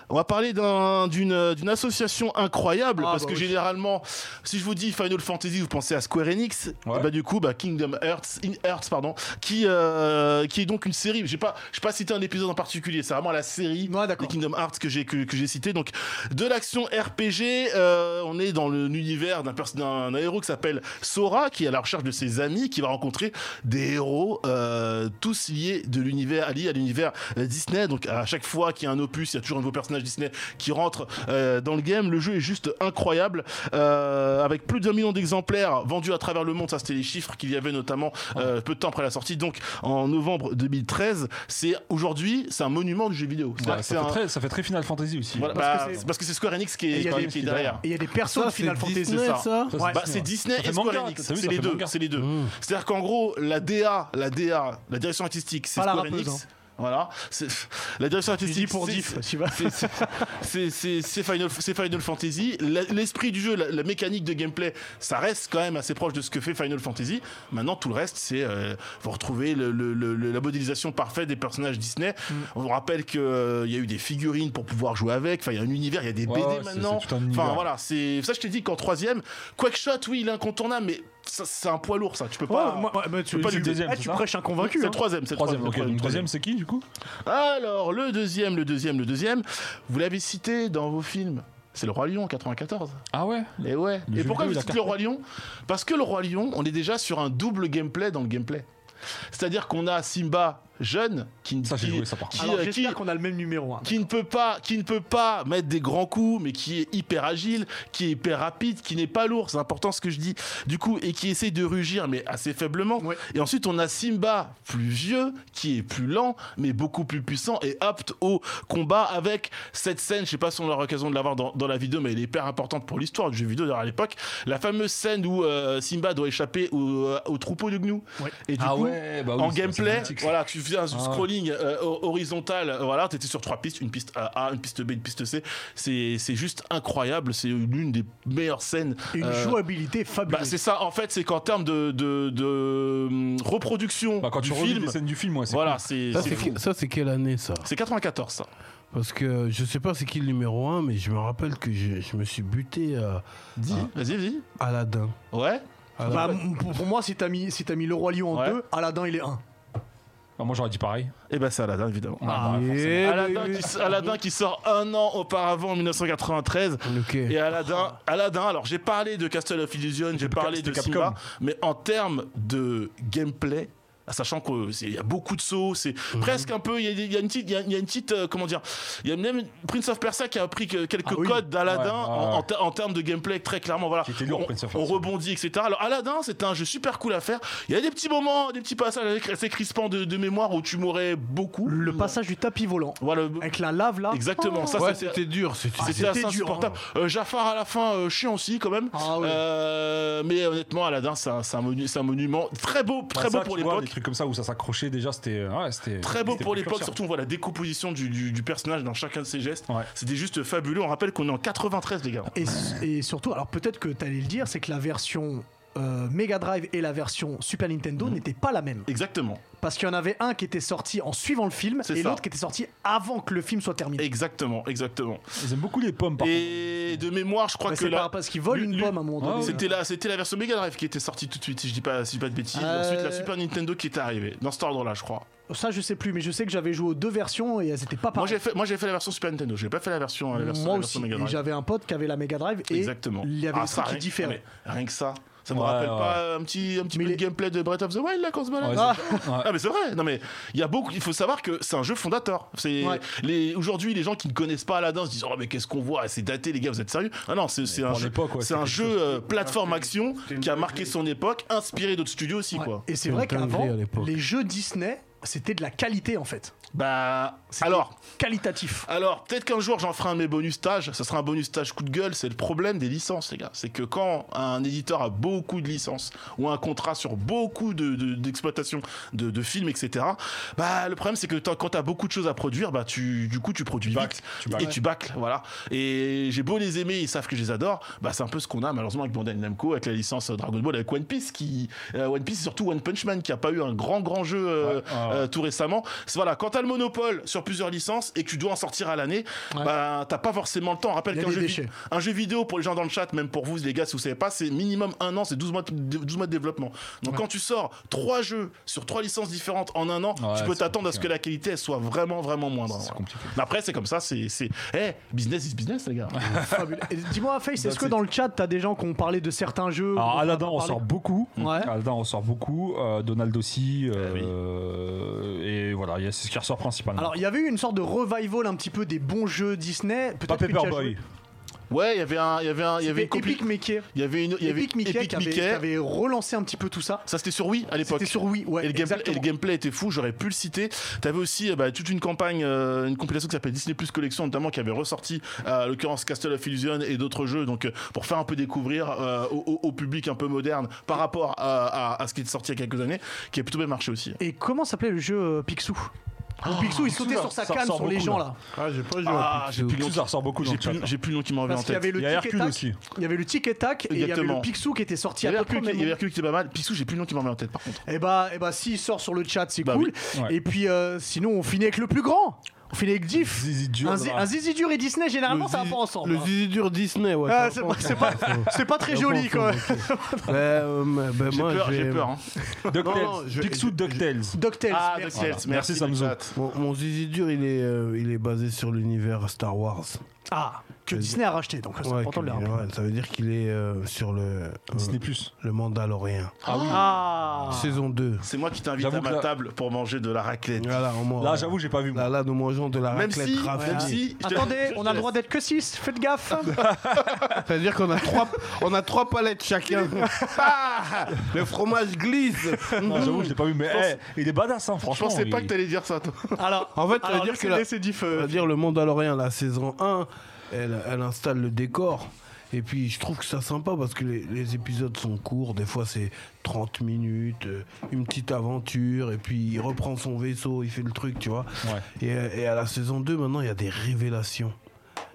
Speaker 5: on va parler d'un- d'une euh, d'une association incroyable
Speaker 1: Ah,
Speaker 5: parce
Speaker 1: bah
Speaker 5: que
Speaker 1: oui.
Speaker 5: généralement si je vous dis Final Fantasy vous pensez à Square Enix
Speaker 2: Ouais.
Speaker 5: et bah du coup bah Kingdom Hearts in Hearts pardon qui euh, qui est donc une série j'ai pas j'ai pas cité un épisode en particulier c'est vraiment la série
Speaker 1: Ouais,
Speaker 5: des
Speaker 1: d'accord.
Speaker 5: Kingdom Hearts que j'ai que, que j'ai cité donc de l'action RPG euh, on est dans le- l'univers d'un perso- d'un d'un héros qui s'appelle Sora qui est à la recherche de ses amis qui va rencontrer des héros euh, tous liés de l'univers liés à l'univers euh, Disney donc à chaque fois qu'il y a un opus il y a toujours un nouveau personnage Disney qui rentre euh, dans le game le jeu est juste incroyable euh, avec plus d'un million d'exemplaires vendus à travers le monde ça c'était les chiffres qu'il y avait notamment euh, peu de temps après la sortie donc en novembre 2013 c'est aujourd'hui c'est un monument du jeu vidéo C'est-à-dire que c'est
Speaker 2: ça,
Speaker 5: un-
Speaker 2: fait très, ça fait très Final Fantasy aussi.
Speaker 5: voilà,
Speaker 1: Parce
Speaker 5: bah,
Speaker 1: que c'est-
Speaker 5: c'est parce que c'est Square Enix qui
Speaker 1: Et il y
Speaker 5: est,
Speaker 1: a
Speaker 5: qui
Speaker 1: des-
Speaker 5: est- qui est derrière.
Speaker 1: Et il y a des persos de Final Fantasy, c'est ça.
Speaker 2: Ça,
Speaker 1: Ouais.
Speaker 5: Bah, c'est Disney
Speaker 2: Ça fait
Speaker 5: et Square
Speaker 2: manga,
Speaker 5: Enix,
Speaker 2: t'as vu,
Speaker 5: c'est
Speaker 2: ça
Speaker 5: les
Speaker 2: fait
Speaker 5: deux,
Speaker 2: manga.
Speaker 5: c'est les deux.
Speaker 1: Mmh.
Speaker 5: C'est-à-dire qu'en gros, la DA, la DA, la direction artistique, c'est
Speaker 1: Pas la
Speaker 5: Square
Speaker 1: rappeuse, hein.
Speaker 5: Enix. Voilà, c'est- la direction
Speaker 1: Tu dis
Speaker 5: artistique
Speaker 1: pour
Speaker 5: c'est-
Speaker 1: diff, tu vas.
Speaker 5: <laughs> c'est- c'est- c'est c'est- c'est Final, c'est Final Fantasy. La- L'esprit du jeu, la, la mécanique de gameplay, ça reste quand même assez proche de ce que fait Final Fantasy. Maintenant, tout le reste, c'est euh, vous retrouvez le- le- le- le- la modélisation parfaite des personnages Disney.
Speaker 2: Mm.
Speaker 5: On vous rappelle qu'il y a eu des figurines pour pouvoir jouer avec. Enfin, il y a un univers, il y a des
Speaker 2: Ouais,
Speaker 5: BD
Speaker 2: ouais, c'est-
Speaker 5: maintenant.
Speaker 2: c'est tout un
Speaker 5: Enfin,
Speaker 2: univers.
Speaker 5: voilà, c'est ça. Je t'ai dit qu'en troisième, Quackshot, oui, il est incontournable, mais ça- c'est un poids lourd, ça. Tu peux pas.
Speaker 1: Ouais, moi- moi, tu,
Speaker 5: c'est pas
Speaker 1: tu-
Speaker 5: du
Speaker 2: deuxième,
Speaker 1: eh,
Speaker 2: c'est
Speaker 1: tu
Speaker 2: ça
Speaker 1: prêches un convaincu.
Speaker 5: c'est le
Speaker 1: hein.
Speaker 5: troisième, c'est le
Speaker 2: Troisième,
Speaker 5: troisième.
Speaker 2: ok.
Speaker 5: le
Speaker 2: Donc,
Speaker 5: troisième.
Speaker 2: troisième, c'est qui du coup
Speaker 5: Alors, le deuxième, le deuxième, le deuxième, vous l'avez cité dans vos films. C'est le Roi Lion en 94.
Speaker 2: Ah ouais
Speaker 5: Et ouais.
Speaker 2: Le
Speaker 5: Et
Speaker 2: jeu
Speaker 5: pourquoi je
Speaker 2: vidéo, il a
Speaker 5: cite le Roi Lion Parce que le Roi Lion, on est déjà sur un double gameplay dans le gameplay. C'est-à-dire qu'on a Simba jeune qui ne
Speaker 2: Ça, j'ai
Speaker 5: qui-
Speaker 2: joué ça par contre.
Speaker 5: qui,
Speaker 1: Alors,
Speaker 5: euh,
Speaker 1: j'espère
Speaker 5: qui-
Speaker 1: qu'on a le même numéro. hein.
Speaker 5: qui ne peut pas qui ne peut pas mettre des grands coups mais qui est hyper agile qui est hyper rapide qui n'est pas lourd c'est important ce que je dis du coup et qui essaie de rugir mais assez faiblement
Speaker 1: Ouais.
Speaker 5: et ensuite on a Simba plus vieux qui est plus lent mais beaucoup plus puissant et apte au combat avec cette scène je sais pas si on aura l'occasion de l'avoir dans, dans la vidéo mais elle est hyper importante pour l'histoire du jeu vidéo d'ailleurs à l'époque la fameuse scène où euh, Simba doit échapper au, euh, au troupeau de gnous
Speaker 1: Ouais.
Speaker 5: et du
Speaker 2: Ah
Speaker 5: coup
Speaker 2: ouais, bah oui,
Speaker 5: en
Speaker 2: c'est- c'est
Speaker 5: gameplay,
Speaker 2: mythique.
Speaker 5: voilà, tu faisais un
Speaker 2: Ah ouais.
Speaker 5: scrolling euh, ho- horizontal, euh, voilà, t'étais sur trois pistes, une piste A, une piste B, une piste C. C'est c'est juste incroyable, c'est l'une des meilleures scènes.
Speaker 1: Une
Speaker 5: euh,
Speaker 1: jouabilité
Speaker 5: bah,
Speaker 1: fabuleuse.
Speaker 5: c'est ça, en fait, c'est qu'en termes de, de, de, hum, reproduction
Speaker 2: Bah, quand
Speaker 5: du
Speaker 2: tu relis
Speaker 5: film,
Speaker 2: les scènes du film, ouais, c'est
Speaker 5: voilà, c'est
Speaker 3: Ça,
Speaker 5: c'est
Speaker 3: c'est
Speaker 5: fou.
Speaker 3: que- ça, c'est quelle année, ça
Speaker 5: C'est 94, ça.
Speaker 3: Parce que je sais pas c'est qui le numéro 1, mais je me rappelle que je, je me suis buté à
Speaker 5: Dis, Ah. vas-y, vas-y.
Speaker 3: Aladdin.
Speaker 5: Ouais.
Speaker 3: Aladdin.
Speaker 1: Bah, m- pour, pour moi, si t'as mis, si t'as mis le roi lion en
Speaker 5: Ah Ouais.
Speaker 1: 2, Aladdin il est 1.
Speaker 2: Ah, moi j'aurais dit pareil.
Speaker 5: Et ben, c'est Aladdin, évidemment.
Speaker 2: Ah,
Speaker 3: Yeah,
Speaker 5: Aladdin,
Speaker 3: baby.
Speaker 5: qui, Aladdin qui sort un an auparavant en 1993
Speaker 3: Ok.
Speaker 5: Et Aladdin, Aladdin alors j'ai parlé de Castle of Illusion, j'ai parlé de
Speaker 2: c'était Capcom.
Speaker 5: Simba, mais en termes de gameplay, sachant qu'il y a beaucoup de sauts, c'est
Speaker 2: Mhm.
Speaker 5: presque un peu, il y a- il y, a une petite, il y a- il y a une petite, euh, comment dire, il y a même Prince of Persia qui a pris que- quelques
Speaker 2: Ah oui.
Speaker 5: codes d'Aladdin
Speaker 2: Ouais, ouais,
Speaker 5: en- en,
Speaker 2: ouais.
Speaker 5: ter- en termes de gameplay très clairement, voilà.
Speaker 2: Qui était lourd,
Speaker 5: On-
Speaker 2: Prince of
Speaker 5: on,
Speaker 2: Persia.
Speaker 5: rebondit, etc. Alors Aladdin, c'était un jeu super cool à faire. Il y a des petits moments, des petits passages assez crispants de, de mémoire où tu mourais beaucoup.
Speaker 1: Le passage du tapis volant.
Speaker 5: Voilà.
Speaker 1: Avec la lave là.
Speaker 5: Exactement, ça Ah,
Speaker 3: ouais,
Speaker 5: c'était-
Speaker 3: c'était dur. C'était
Speaker 5: c'était assez
Speaker 1: Ah, dur, hein.
Speaker 5: insupportable. Euh, Jafar à la fin, euh, chiant aussi quand même.
Speaker 1: Ah ouais.
Speaker 5: Euh, mais honnêtement, Aladdin, c'est un, c'est un monu- c'est un monument très beau,
Speaker 2: Bah,
Speaker 5: très beau
Speaker 2: ça,
Speaker 5: pour
Speaker 2: tu vois, Des
Speaker 5: l'époque.
Speaker 2: trucs comme ça où ça s'accrochait déjà, c'était. euh, ouais, c'était-
Speaker 5: Très beau
Speaker 2: c'était
Speaker 5: pour l'époque,
Speaker 2: précurseur.
Speaker 5: surtout on voit la décomposition du, du- du personnage dans chacun de ses gestes.
Speaker 2: Ouais.
Speaker 5: C'était juste fabuleux. On rappelle qu'on est en 93, les gars.
Speaker 1: Et, s- et surtout, alors peut-être que t'allais le dire, c'est que la version euh, Mega Drive et la version Super Nintendo
Speaker 5: Mhm.
Speaker 1: n'étaient pas la même.
Speaker 5: Exactement,
Speaker 1: Parce qu'il y en avait un qui était sorti en suivant le film
Speaker 5: C'est
Speaker 1: et
Speaker 5: ça.
Speaker 1: l'autre qui était sorti avant que le film soit terminé.
Speaker 5: exactement, exactement.
Speaker 2: Ils aiment beaucoup les pommes par contre.
Speaker 5: Et de mémoire, je crois
Speaker 1: Bah,
Speaker 5: que
Speaker 1: c'est
Speaker 5: là.
Speaker 1: pas- parce qu'ils volent
Speaker 5: lui-
Speaker 1: une
Speaker 5: lui-
Speaker 1: pomme à un moment
Speaker 2: Ah
Speaker 1: donné.
Speaker 2: ouais.
Speaker 5: C'était la, c'était la version Mega Drive qui était sortie tout de suite, si je dis pas, si je dis pas de bêtises.
Speaker 1: Euh.
Speaker 5: Ensuite, la Super Nintendo qui est arrivée, dans cet ordre-là, je crois.
Speaker 1: Ça, je sais plus, mais je sais que j'avais joué aux deux versions et elles étaient pas
Speaker 5: Moi,
Speaker 1: pareilles.
Speaker 5: j'ai fait, moi, j'ai fait la version Super Nintendo, j'ai pas fait la version, la version,
Speaker 1: Moi
Speaker 5: la version
Speaker 1: aussi.
Speaker 5: Mega
Speaker 1: Et
Speaker 5: Drive.
Speaker 1: j'avais un pote qui avait la Mega Drive et
Speaker 5: Exactement.
Speaker 1: il y avait
Speaker 5: Ah,
Speaker 1: des
Speaker 5: ça,
Speaker 1: trucs qui
Speaker 5: rien-
Speaker 1: différaient.
Speaker 5: ah, mais rien que ça. Ça me
Speaker 2: Ouais,
Speaker 5: rappelle
Speaker 2: ouais.
Speaker 5: pas un petit, un petit
Speaker 1: Mais
Speaker 5: peu
Speaker 1: les-
Speaker 5: de gameplay de Breath of the Wild là quand on se balade.
Speaker 2: Ouais,
Speaker 5: ah.
Speaker 2: c'est- ouais.
Speaker 5: Ah, mais c'est vrai. Non mais il y a beaucoup. Il faut savoir que c'est un jeu fondateur. C'est
Speaker 1: Ouais.
Speaker 5: les aujourd'hui les gens qui ne connaissent pas Aladdin se disent oh mais qu'est-ce qu'on voit c'est daté les gars vous êtes sérieux Ah non c'est c'est un
Speaker 2: pour
Speaker 5: jeu,
Speaker 2: l'époque, ouais,
Speaker 5: c'est un
Speaker 2: c'était
Speaker 5: jeu euh, plateforme action qui a marqué son époque inspiré d'autres studios aussi
Speaker 1: Ouais.
Speaker 5: quoi.
Speaker 1: Et c'est
Speaker 3: une
Speaker 1: vrai qu'avant,
Speaker 3: dinguerie à l'époque.
Speaker 1: les jeux Disney, c'était de la qualité en fait.
Speaker 5: Bah
Speaker 1: C'était
Speaker 5: alors <laughs>
Speaker 1: Qualitatif.
Speaker 5: Alors, peut-être qu'un jour j'en ferai un de mes bonus stages. Ça sera un bonus stage coup de gueule. C'est le problème des licences, les gars. C'est que quand un éditeur a beaucoup de licences ou un contrat sur beaucoup de- de- d'exploitations de, de, films, etc., bah, le problème c'est que t'as- quand tu as beaucoup de choses à produire, bah, tu, du coup, tu produis
Speaker 2: bâcles,
Speaker 5: vite
Speaker 2: tu bâcles.
Speaker 5: et tu bâcles. Voilà. Et j'ai beau les aimer, ils savent que je les adore. Bah, c'est un peu ce qu'on a malheureusement avec Bandai Namco, avec la licence Dragon Ball, avec One Piece. Qui, euh, One Piece, et surtout One Punch Man, qui a pas eu un grand, grand jeu euh,
Speaker 2: Ouais, Ah, ouais.
Speaker 5: euh, tout récemment. C'est- Voilà, quand t'as le monopole sur plusieurs licences et que tu dois en sortir à l'année,
Speaker 1: Ouais.
Speaker 5: bah, t'as pas forcément le temps. On
Speaker 1: Il y
Speaker 5: rappelle
Speaker 1: a
Speaker 5: qu'un
Speaker 1: des
Speaker 5: jeu, vi-
Speaker 1: déchets.
Speaker 5: un jeu vidéo pour les gens dans le chat, même pour vous les gars, si vous savez pas, c'est minimum un an, c'est 12 mois de, 12 mois de développement. Donc
Speaker 1: Ouais.
Speaker 5: quand tu sors trois jeux sur trois licences différentes en un an,
Speaker 2: Ouais,
Speaker 5: tu peux
Speaker 2: c'est
Speaker 5: t'attendre à ce que
Speaker 2: compliqué,
Speaker 5: la qualité elle soit vraiment vraiment moindre.
Speaker 2: C'est
Speaker 5: Voilà.
Speaker 2: compliqué.
Speaker 5: Mais Après c'est comme ça, c'est c'est eh, business is business les gars.
Speaker 1: Fabuleux. Et Dis-moi, Face, est-ce
Speaker 2: Bah,
Speaker 1: que
Speaker 2: c'est-
Speaker 1: dans le chat, t'as des gens qui ont parlé de certains jeux dont on
Speaker 5: Ah,
Speaker 2: Alors,
Speaker 1: a
Speaker 2: Aladdin
Speaker 1: pas parlé
Speaker 2: ressort beaucoup.
Speaker 1: Ouais.
Speaker 2: Aladdin ressort beaucoup. euh, Donald aussi.
Speaker 5: oui.
Speaker 2: euh, Et voilà, il y a- c'est ce qui ressort principalement.
Speaker 1: Alors, il y avait eu une sorte de revival un petit peu des bons jeux Disney. Peut-être
Speaker 2: pas
Speaker 1: que tu as
Speaker 2: Paperboy.
Speaker 1: joué.
Speaker 5: Ouais, il y avait un il y avait un il y avait
Speaker 1: C'était
Speaker 5: une compli-
Speaker 1: Epic Mickey.
Speaker 5: il y avait une il y avait
Speaker 1: Epic Mickey,
Speaker 5: Epic
Speaker 1: qui, avait,
Speaker 5: Mickey.
Speaker 1: qui avait relancé un petit peu tout ça.
Speaker 5: Ça c'était sur Wii à l'époque.
Speaker 1: C'était sur Wii, ouais.
Speaker 5: et, le gameplay, et
Speaker 1: exactement.
Speaker 5: le gameplay était fou, j'aurais pu le citer. T'avais aussi euh, bah, toute une campagne, euh, une compilation qui s'appelle Disney Plus Collection, notamment qui avait ressorti, euh, à l'occurrence Castle of Illusion et d'autres jeux, donc euh, pour faire un peu découvrir euh, au, au- au public un peu moderne par rapport à, à- à ce qui est sorti il y a quelques années, qui a plutôt bien marché aussi.
Speaker 1: Et comment s'appelait le jeu euh, Picsou
Speaker 5: Oh,
Speaker 1: Où Picsou, il sautait
Speaker 2: là,
Speaker 1: sur sa
Speaker 2: ça
Speaker 1: canne
Speaker 2: ressort
Speaker 1: sur les
Speaker 2: beaucoup,
Speaker 1: gens
Speaker 2: là.
Speaker 1: là.
Speaker 3: Ah, j'ai pas joué
Speaker 5: Ah,
Speaker 3: à
Speaker 5: j'ai
Speaker 3: Pixou.
Speaker 5: plus le nom
Speaker 2: Ça
Speaker 5: qui-
Speaker 2: ressort beaucoup. dans
Speaker 5: j'ai
Speaker 2: le chat,
Speaker 5: plus,
Speaker 2: là.
Speaker 5: j'ai plus le nom qui m'en revient en
Speaker 1: Parce qu'il y
Speaker 5: tête.
Speaker 1: avait le
Speaker 2: Il y a
Speaker 1: tic et
Speaker 2: Hercule
Speaker 1: tac.
Speaker 2: aussi.
Speaker 1: Il y avait le tic et tac et il y avait
Speaker 5: Exactement.
Speaker 1: le Picsou qui était sorti
Speaker 5: Il
Speaker 1: à
Speaker 5: y
Speaker 1: peu
Speaker 5: avait
Speaker 1: près
Speaker 5: Hercule
Speaker 1: au même
Speaker 5: qui- il y avait
Speaker 1: moment.
Speaker 5: Hercule qui était pas mal. Pissou, j'ai plus le nom qui m'en revient en tête par contre.
Speaker 1: Et bah, et bah s'il sort sur le chat, c'est
Speaker 5: Bah
Speaker 1: cool.
Speaker 2: Ouais.
Speaker 1: Et puis euh, sinon, on finit avec le plus grand. On finit avec Diff.
Speaker 2: Zizi Dur,
Speaker 1: Un, zi-
Speaker 2: là.
Speaker 1: un zizi dur et Disney, généralement, ça va
Speaker 3: zizi-
Speaker 1: pas ensemble.
Speaker 3: Le
Speaker 1: hein.
Speaker 3: zizi dur Disney, ouais.
Speaker 1: Ah,
Speaker 3: ça
Speaker 1: c'est
Speaker 3: va
Speaker 1: pas- c'est pas,
Speaker 3: ensemble.
Speaker 1: c'est pas très
Speaker 3: Ça va
Speaker 1: joli
Speaker 3: pas
Speaker 1: quoi.
Speaker 3: ensemble, ok. Ouais, euh, bah, bah,
Speaker 5: J'ai
Speaker 3: moi,
Speaker 5: peur,
Speaker 3: j'ai-
Speaker 5: j'ai peur. hein.
Speaker 2: DuckTales.
Speaker 3: Non, non, je-
Speaker 2: Picsou
Speaker 3: je-
Speaker 2: DuckTales.
Speaker 1: DuckTales,
Speaker 5: Ah,
Speaker 1: merci.
Speaker 5: Ducktails,
Speaker 2: Voilà. Merci, Samzou.
Speaker 5: le chat.
Speaker 3: Mon, mon zizi dur, il est, euh, il est basé sur l'univers Star Wars.
Speaker 1: Ah, que
Speaker 3: Euh,
Speaker 1: Disney a racheté, donc c'est
Speaker 3: Ouais,
Speaker 1: important de le
Speaker 3: qu'il-
Speaker 1: rappeler.
Speaker 3: ouais, ça veut dire qu'il est euh, sur le, euh,
Speaker 2: Disney Plus.
Speaker 3: le Mandalorien.
Speaker 1: Ah,
Speaker 3: Saison 2.
Speaker 5: C'est moi qui t'invite
Speaker 2: J'avoue
Speaker 5: à ma
Speaker 2: que là-
Speaker 5: table pour manger de la raclette.
Speaker 3: Voilà, on mange-
Speaker 2: Là, j'avoue, j'ai pas vu. moi.
Speaker 3: Là, là, nous mangeons de la
Speaker 5: Même
Speaker 3: raclette
Speaker 5: si,
Speaker 3: raffinée.
Speaker 5: même si, je
Speaker 1: <laughs>
Speaker 5: te-
Speaker 1: Attendez,
Speaker 5: je
Speaker 1: on
Speaker 5: te
Speaker 1: a le
Speaker 5: laisse.
Speaker 1: droit d'être que 6, faites
Speaker 3: <laughs>
Speaker 1: gaffe
Speaker 3: Ça veut dire qu'on a trois, on a trois palettes chacun. <laughs> Ah le fromage glisse.
Speaker 2: Non, J'avoue, je l'ai pas vu. Mais
Speaker 5: pense-
Speaker 2: eh, il est badass, hein,
Speaker 5: Je
Speaker 2: franchement.
Speaker 5: pensais pas
Speaker 2: il-
Speaker 5: que t'allais dire ça, toi.
Speaker 1: Alors,
Speaker 3: En fait, ça veut
Speaker 1: alors,
Speaker 3: dire
Speaker 1: laissez-
Speaker 3: que la-
Speaker 1: laissez Diff, euh,
Speaker 3: On va dire le Mandalorian, la saison 1, elle, elle installe le décor. Et puis je trouve que ça sympa parce que les, les épisodes sont courts, des fois c'est 30 minutes, euh, une petite aventure, et puis il reprend son vaisseau, il fait le truc, tu vois.
Speaker 2: Ouais.
Speaker 3: Et, euh, et à la saison 2, maintenant, il y a des révélations.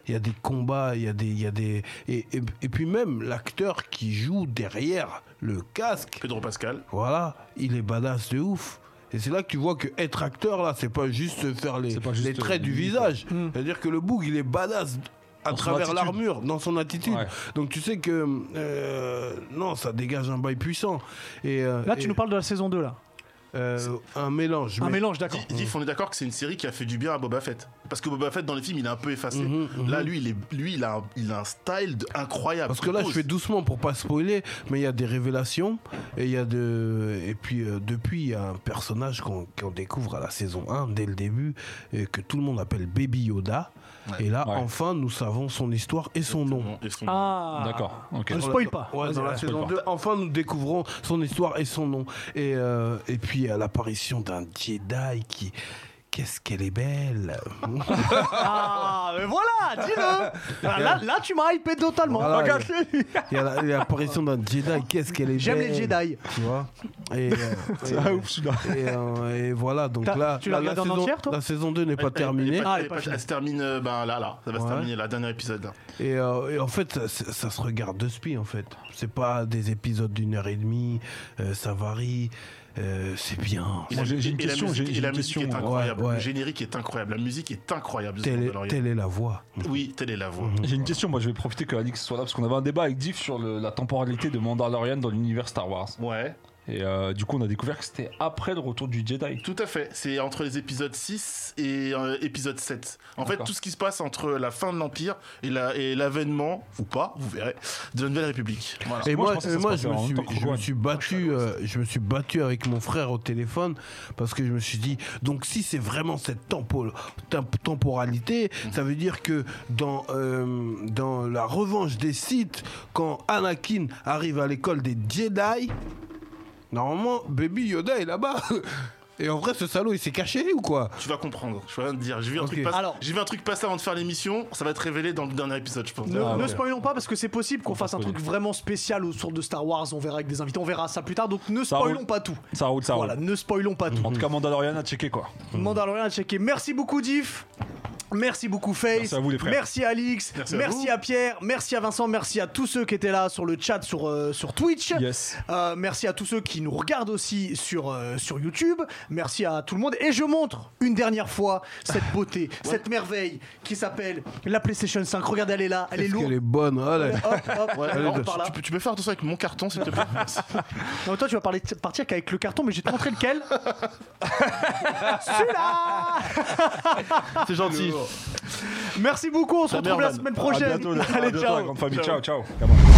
Speaker 3: Il y a des combats, il y a des. il Y a des et, et- et puis même l'acteur qui joue derrière le casque,
Speaker 5: Pedro Pascal.
Speaker 3: voilà, il est badass de ouf. Et c'est là que tu vois que être acteur, là, c'est pas juste faire les,
Speaker 2: C'est pas juste,
Speaker 3: les traits
Speaker 2: euh,
Speaker 3: du
Speaker 2: le mimik,
Speaker 3: visage. C'est-à-dire que le boug, il est badass à
Speaker 2: Dans son
Speaker 3: travers
Speaker 2: attitude.
Speaker 3: l'armure, dans son attitude.
Speaker 2: Ouais.
Speaker 3: Donc tu sais que. euh, non, ça dégage un bail puissant. Et, euh,
Speaker 1: Là, tu
Speaker 3: et,
Speaker 1: nous parles de la saison 2, là.
Speaker 3: euh, un mélange.
Speaker 1: Un
Speaker 3: mais-
Speaker 1: mélange, d'accord.
Speaker 5: Di- Diff, on est d'accord que c'est une série qui a fait du bien à Boba Fett. Parce que Boba Fett, dans les films, il est un peu effacé.
Speaker 3: Mhm, mhm.
Speaker 5: Là, lui, il, est, lui il, a un, il a un style de- incroyable.
Speaker 3: Ah, Parce que là, je
Speaker 5: Pose.
Speaker 3: fais doucement pour pas spoiler, mais il y a des révélations et il y a de et puis euh, depuis il y a un personnage qu'on qu'on découvre à la saison 1 dès le début et que tout le monde appelle Baby Yoda et là
Speaker 2: Ouais.
Speaker 3: enfin nous savons son histoire et son nom.
Speaker 5: Et son-
Speaker 1: Ah.
Speaker 2: D'accord, ok.
Speaker 1: Ne spoil pas.
Speaker 3: Ouais,
Speaker 1: Vas-y,
Speaker 3: dans la
Speaker 1: vas-y.
Speaker 3: saison
Speaker 2: pas.
Speaker 3: 2, enfin nous découvrons son histoire et son nom. Et, euh, et puis à l'apparition d'un Jedi qui. Qu'est-ce qu'elle
Speaker 2: <laughs>
Speaker 3: est belle
Speaker 1: Ah, mais voilà,
Speaker 3: <laughs>
Speaker 1: dis-le. Ah, Là, là, tu m'as hypé totalement.
Speaker 3: Voilà,
Speaker 1: Regarde.
Speaker 3: Il y a la- l'apparition d'un Jedi, qu'est-ce qu'elle est belle
Speaker 1: J'aime les Jedi.
Speaker 3: Tu vois
Speaker 2: <laughs>
Speaker 3: Et, euh, et-
Speaker 2: Ah, ouf, celui-là.
Speaker 3: Et, euh, et voilà, donc
Speaker 1: T'as-
Speaker 3: là,
Speaker 1: tu l'as
Speaker 3: là, la,
Speaker 1: regardé en
Speaker 3: saison,
Speaker 1: entière, toi
Speaker 3: la saison 2 n'est
Speaker 5: Elle-
Speaker 3: pas
Speaker 5: elle- elle est
Speaker 3: terminée.
Speaker 5: pas-
Speaker 1: Ah,
Speaker 5: elle
Speaker 1: elle est
Speaker 5: est
Speaker 1: pas
Speaker 5: pas-
Speaker 1: finie.
Speaker 5: Elle se termine euh, ben, là, là. Ça va se
Speaker 3: Ouais.
Speaker 5: terminer, là, dernier épisode. Là.
Speaker 3: Et, euh, et en fait, ça, ça- ça se regarde de spi, en fait. C'est pas des épisodes d'une heure et demie, euh, ça varie, euh, c'est bien.
Speaker 5: Et
Speaker 2: Moi,
Speaker 5: la-
Speaker 2: j'ai- j'ai une
Speaker 5: et la
Speaker 2: question,
Speaker 5: musique-
Speaker 2: j'ai-
Speaker 5: Et
Speaker 2: j'ai
Speaker 5: la
Speaker 2: une
Speaker 5: musique est
Speaker 2: question.
Speaker 5: incroyable.
Speaker 3: Ouais, ouais.
Speaker 5: Le générique est incroyable. La musique est incroyable. The
Speaker 3: Telle est,
Speaker 5: Mandalorian.
Speaker 3: telle est la voix.
Speaker 5: Oui, telle est la voix.
Speaker 3: Mhm.
Speaker 2: J'ai une question, moi je vais profiter que Alix soit là parce qu'on avait un débat avec Diff sur le- la temporalité de Mandalorian dans l'univers Star Wars.
Speaker 5: Ouais,
Speaker 2: Et euh, du coup, on a découvert que c'était après le retour du Jedi.
Speaker 5: tout à fait. C'est entre les épisodes 6 et euh, épisode 7. En fait,
Speaker 2: D'accord.
Speaker 5: tout ce qui se passe entre la fin de l'Empire et la- et l'avènement, ou pas, vous verrez, de la Nouvelle République. Voilà.
Speaker 3: Et
Speaker 2: Moi,
Speaker 3: moi,
Speaker 2: je pensais que
Speaker 3: et
Speaker 2: ça se
Speaker 3: moi,
Speaker 2: passait
Speaker 3: je, me
Speaker 2: en
Speaker 3: suis,
Speaker 2: même temps que
Speaker 3: je me
Speaker 2: Rogue One.
Speaker 3: suis battu, euh, je me suis battu avec mon frère au téléphone parce que je me suis dit, donc si c'est vraiment cette tempo- temp- temporalité,
Speaker 2: Mm.
Speaker 3: ça veut dire que dans euh, dans la revanche des Sith, quand Anakin arrive à l'école des Jedi, normalement, Baby Yoda est là-bas. <laughs> Et en vrai, ce salaud, il s'est caché ou quoi
Speaker 5: Tu vas comprendre. Je viens de dire. J'ai vu, un
Speaker 3: Ok.
Speaker 5: truc passer-
Speaker 1: Alors-
Speaker 5: j'ai vu un truc passer avant de faire l'émission. Ça va être révélé dans le dernier épisode, je pense.
Speaker 1: Ne,
Speaker 2: Ah,
Speaker 1: ne
Speaker 2: ouais.
Speaker 1: spoilons pas parce que c'est possible qu'on fasse un
Speaker 2: spoiler.
Speaker 1: truc vraiment spécial autour de Star Wars. On verra avec des invités, on verra ça plus tard. Donc ne
Speaker 2: Ça
Speaker 1: spoilons
Speaker 2: roule.
Speaker 1: pas tout.
Speaker 2: Ça roule, ça
Speaker 1: Voilà,
Speaker 2: roule.
Speaker 1: ne spoilons pas
Speaker 2: <laughs>
Speaker 1: tout.
Speaker 2: En tout cas, Mandalorian a checké quoi.
Speaker 1: Mandalorian à checker. Merci beaucoup, Diff. Merci beaucoup Face,
Speaker 2: Merci à vous, les frères.
Speaker 1: merci à Alix, merci,
Speaker 5: Merci à vous.
Speaker 1: à, Pierre, merci à Vincent, merci à tous ceux qui étaient là sur le chat, sur, euh, sur Twitch,
Speaker 2: Yes.
Speaker 1: Euh, merci à tous ceux qui nous regardent aussi sur, euh, sur YouTube, merci à tout le monde. Et je montre une dernière fois cette beauté, cette merveille qui s'appelle la PlayStation 5. Regardez, elle est là, elle est
Speaker 3: Est-ce
Speaker 1: lourde.
Speaker 3: qu'elle est bonne Ah Allez.
Speaker 1: Hop, hop,
Speaker 5: Ouais,
Speaker 1: elle
Speaker 5: alors,
Speaker 1: rentre par là.
Speaker 5: tu, peux- tu peux faire tout ça avec mon carton, s'il
Speaker 3: <laughs>
Speaker 5: te plaît. Merci.
Speaker 1: Non, toi, tu vas parler- partir qu'avec le carton, mais j'ai te montré lequel. Celui-là
Speaker 5: C'est gentil.
Speaker 1: <laughs> Merci beaucoup, on se
Speaker 5: Ta
Speaker 1: retrouve la
Speaker 5: merde,
Speaker 1: semaine
Speaker 2: À
Speaker 1: prochaine.
Speaker 2: bientôt, à
Speaker 1: Allez,
Speaker 2: bientôt, la
Speaker 1: ciao.
Speaker 2: grande famille.
Speaker 5: Ciao.
Speaker 2: Ciao, ciao. Come on.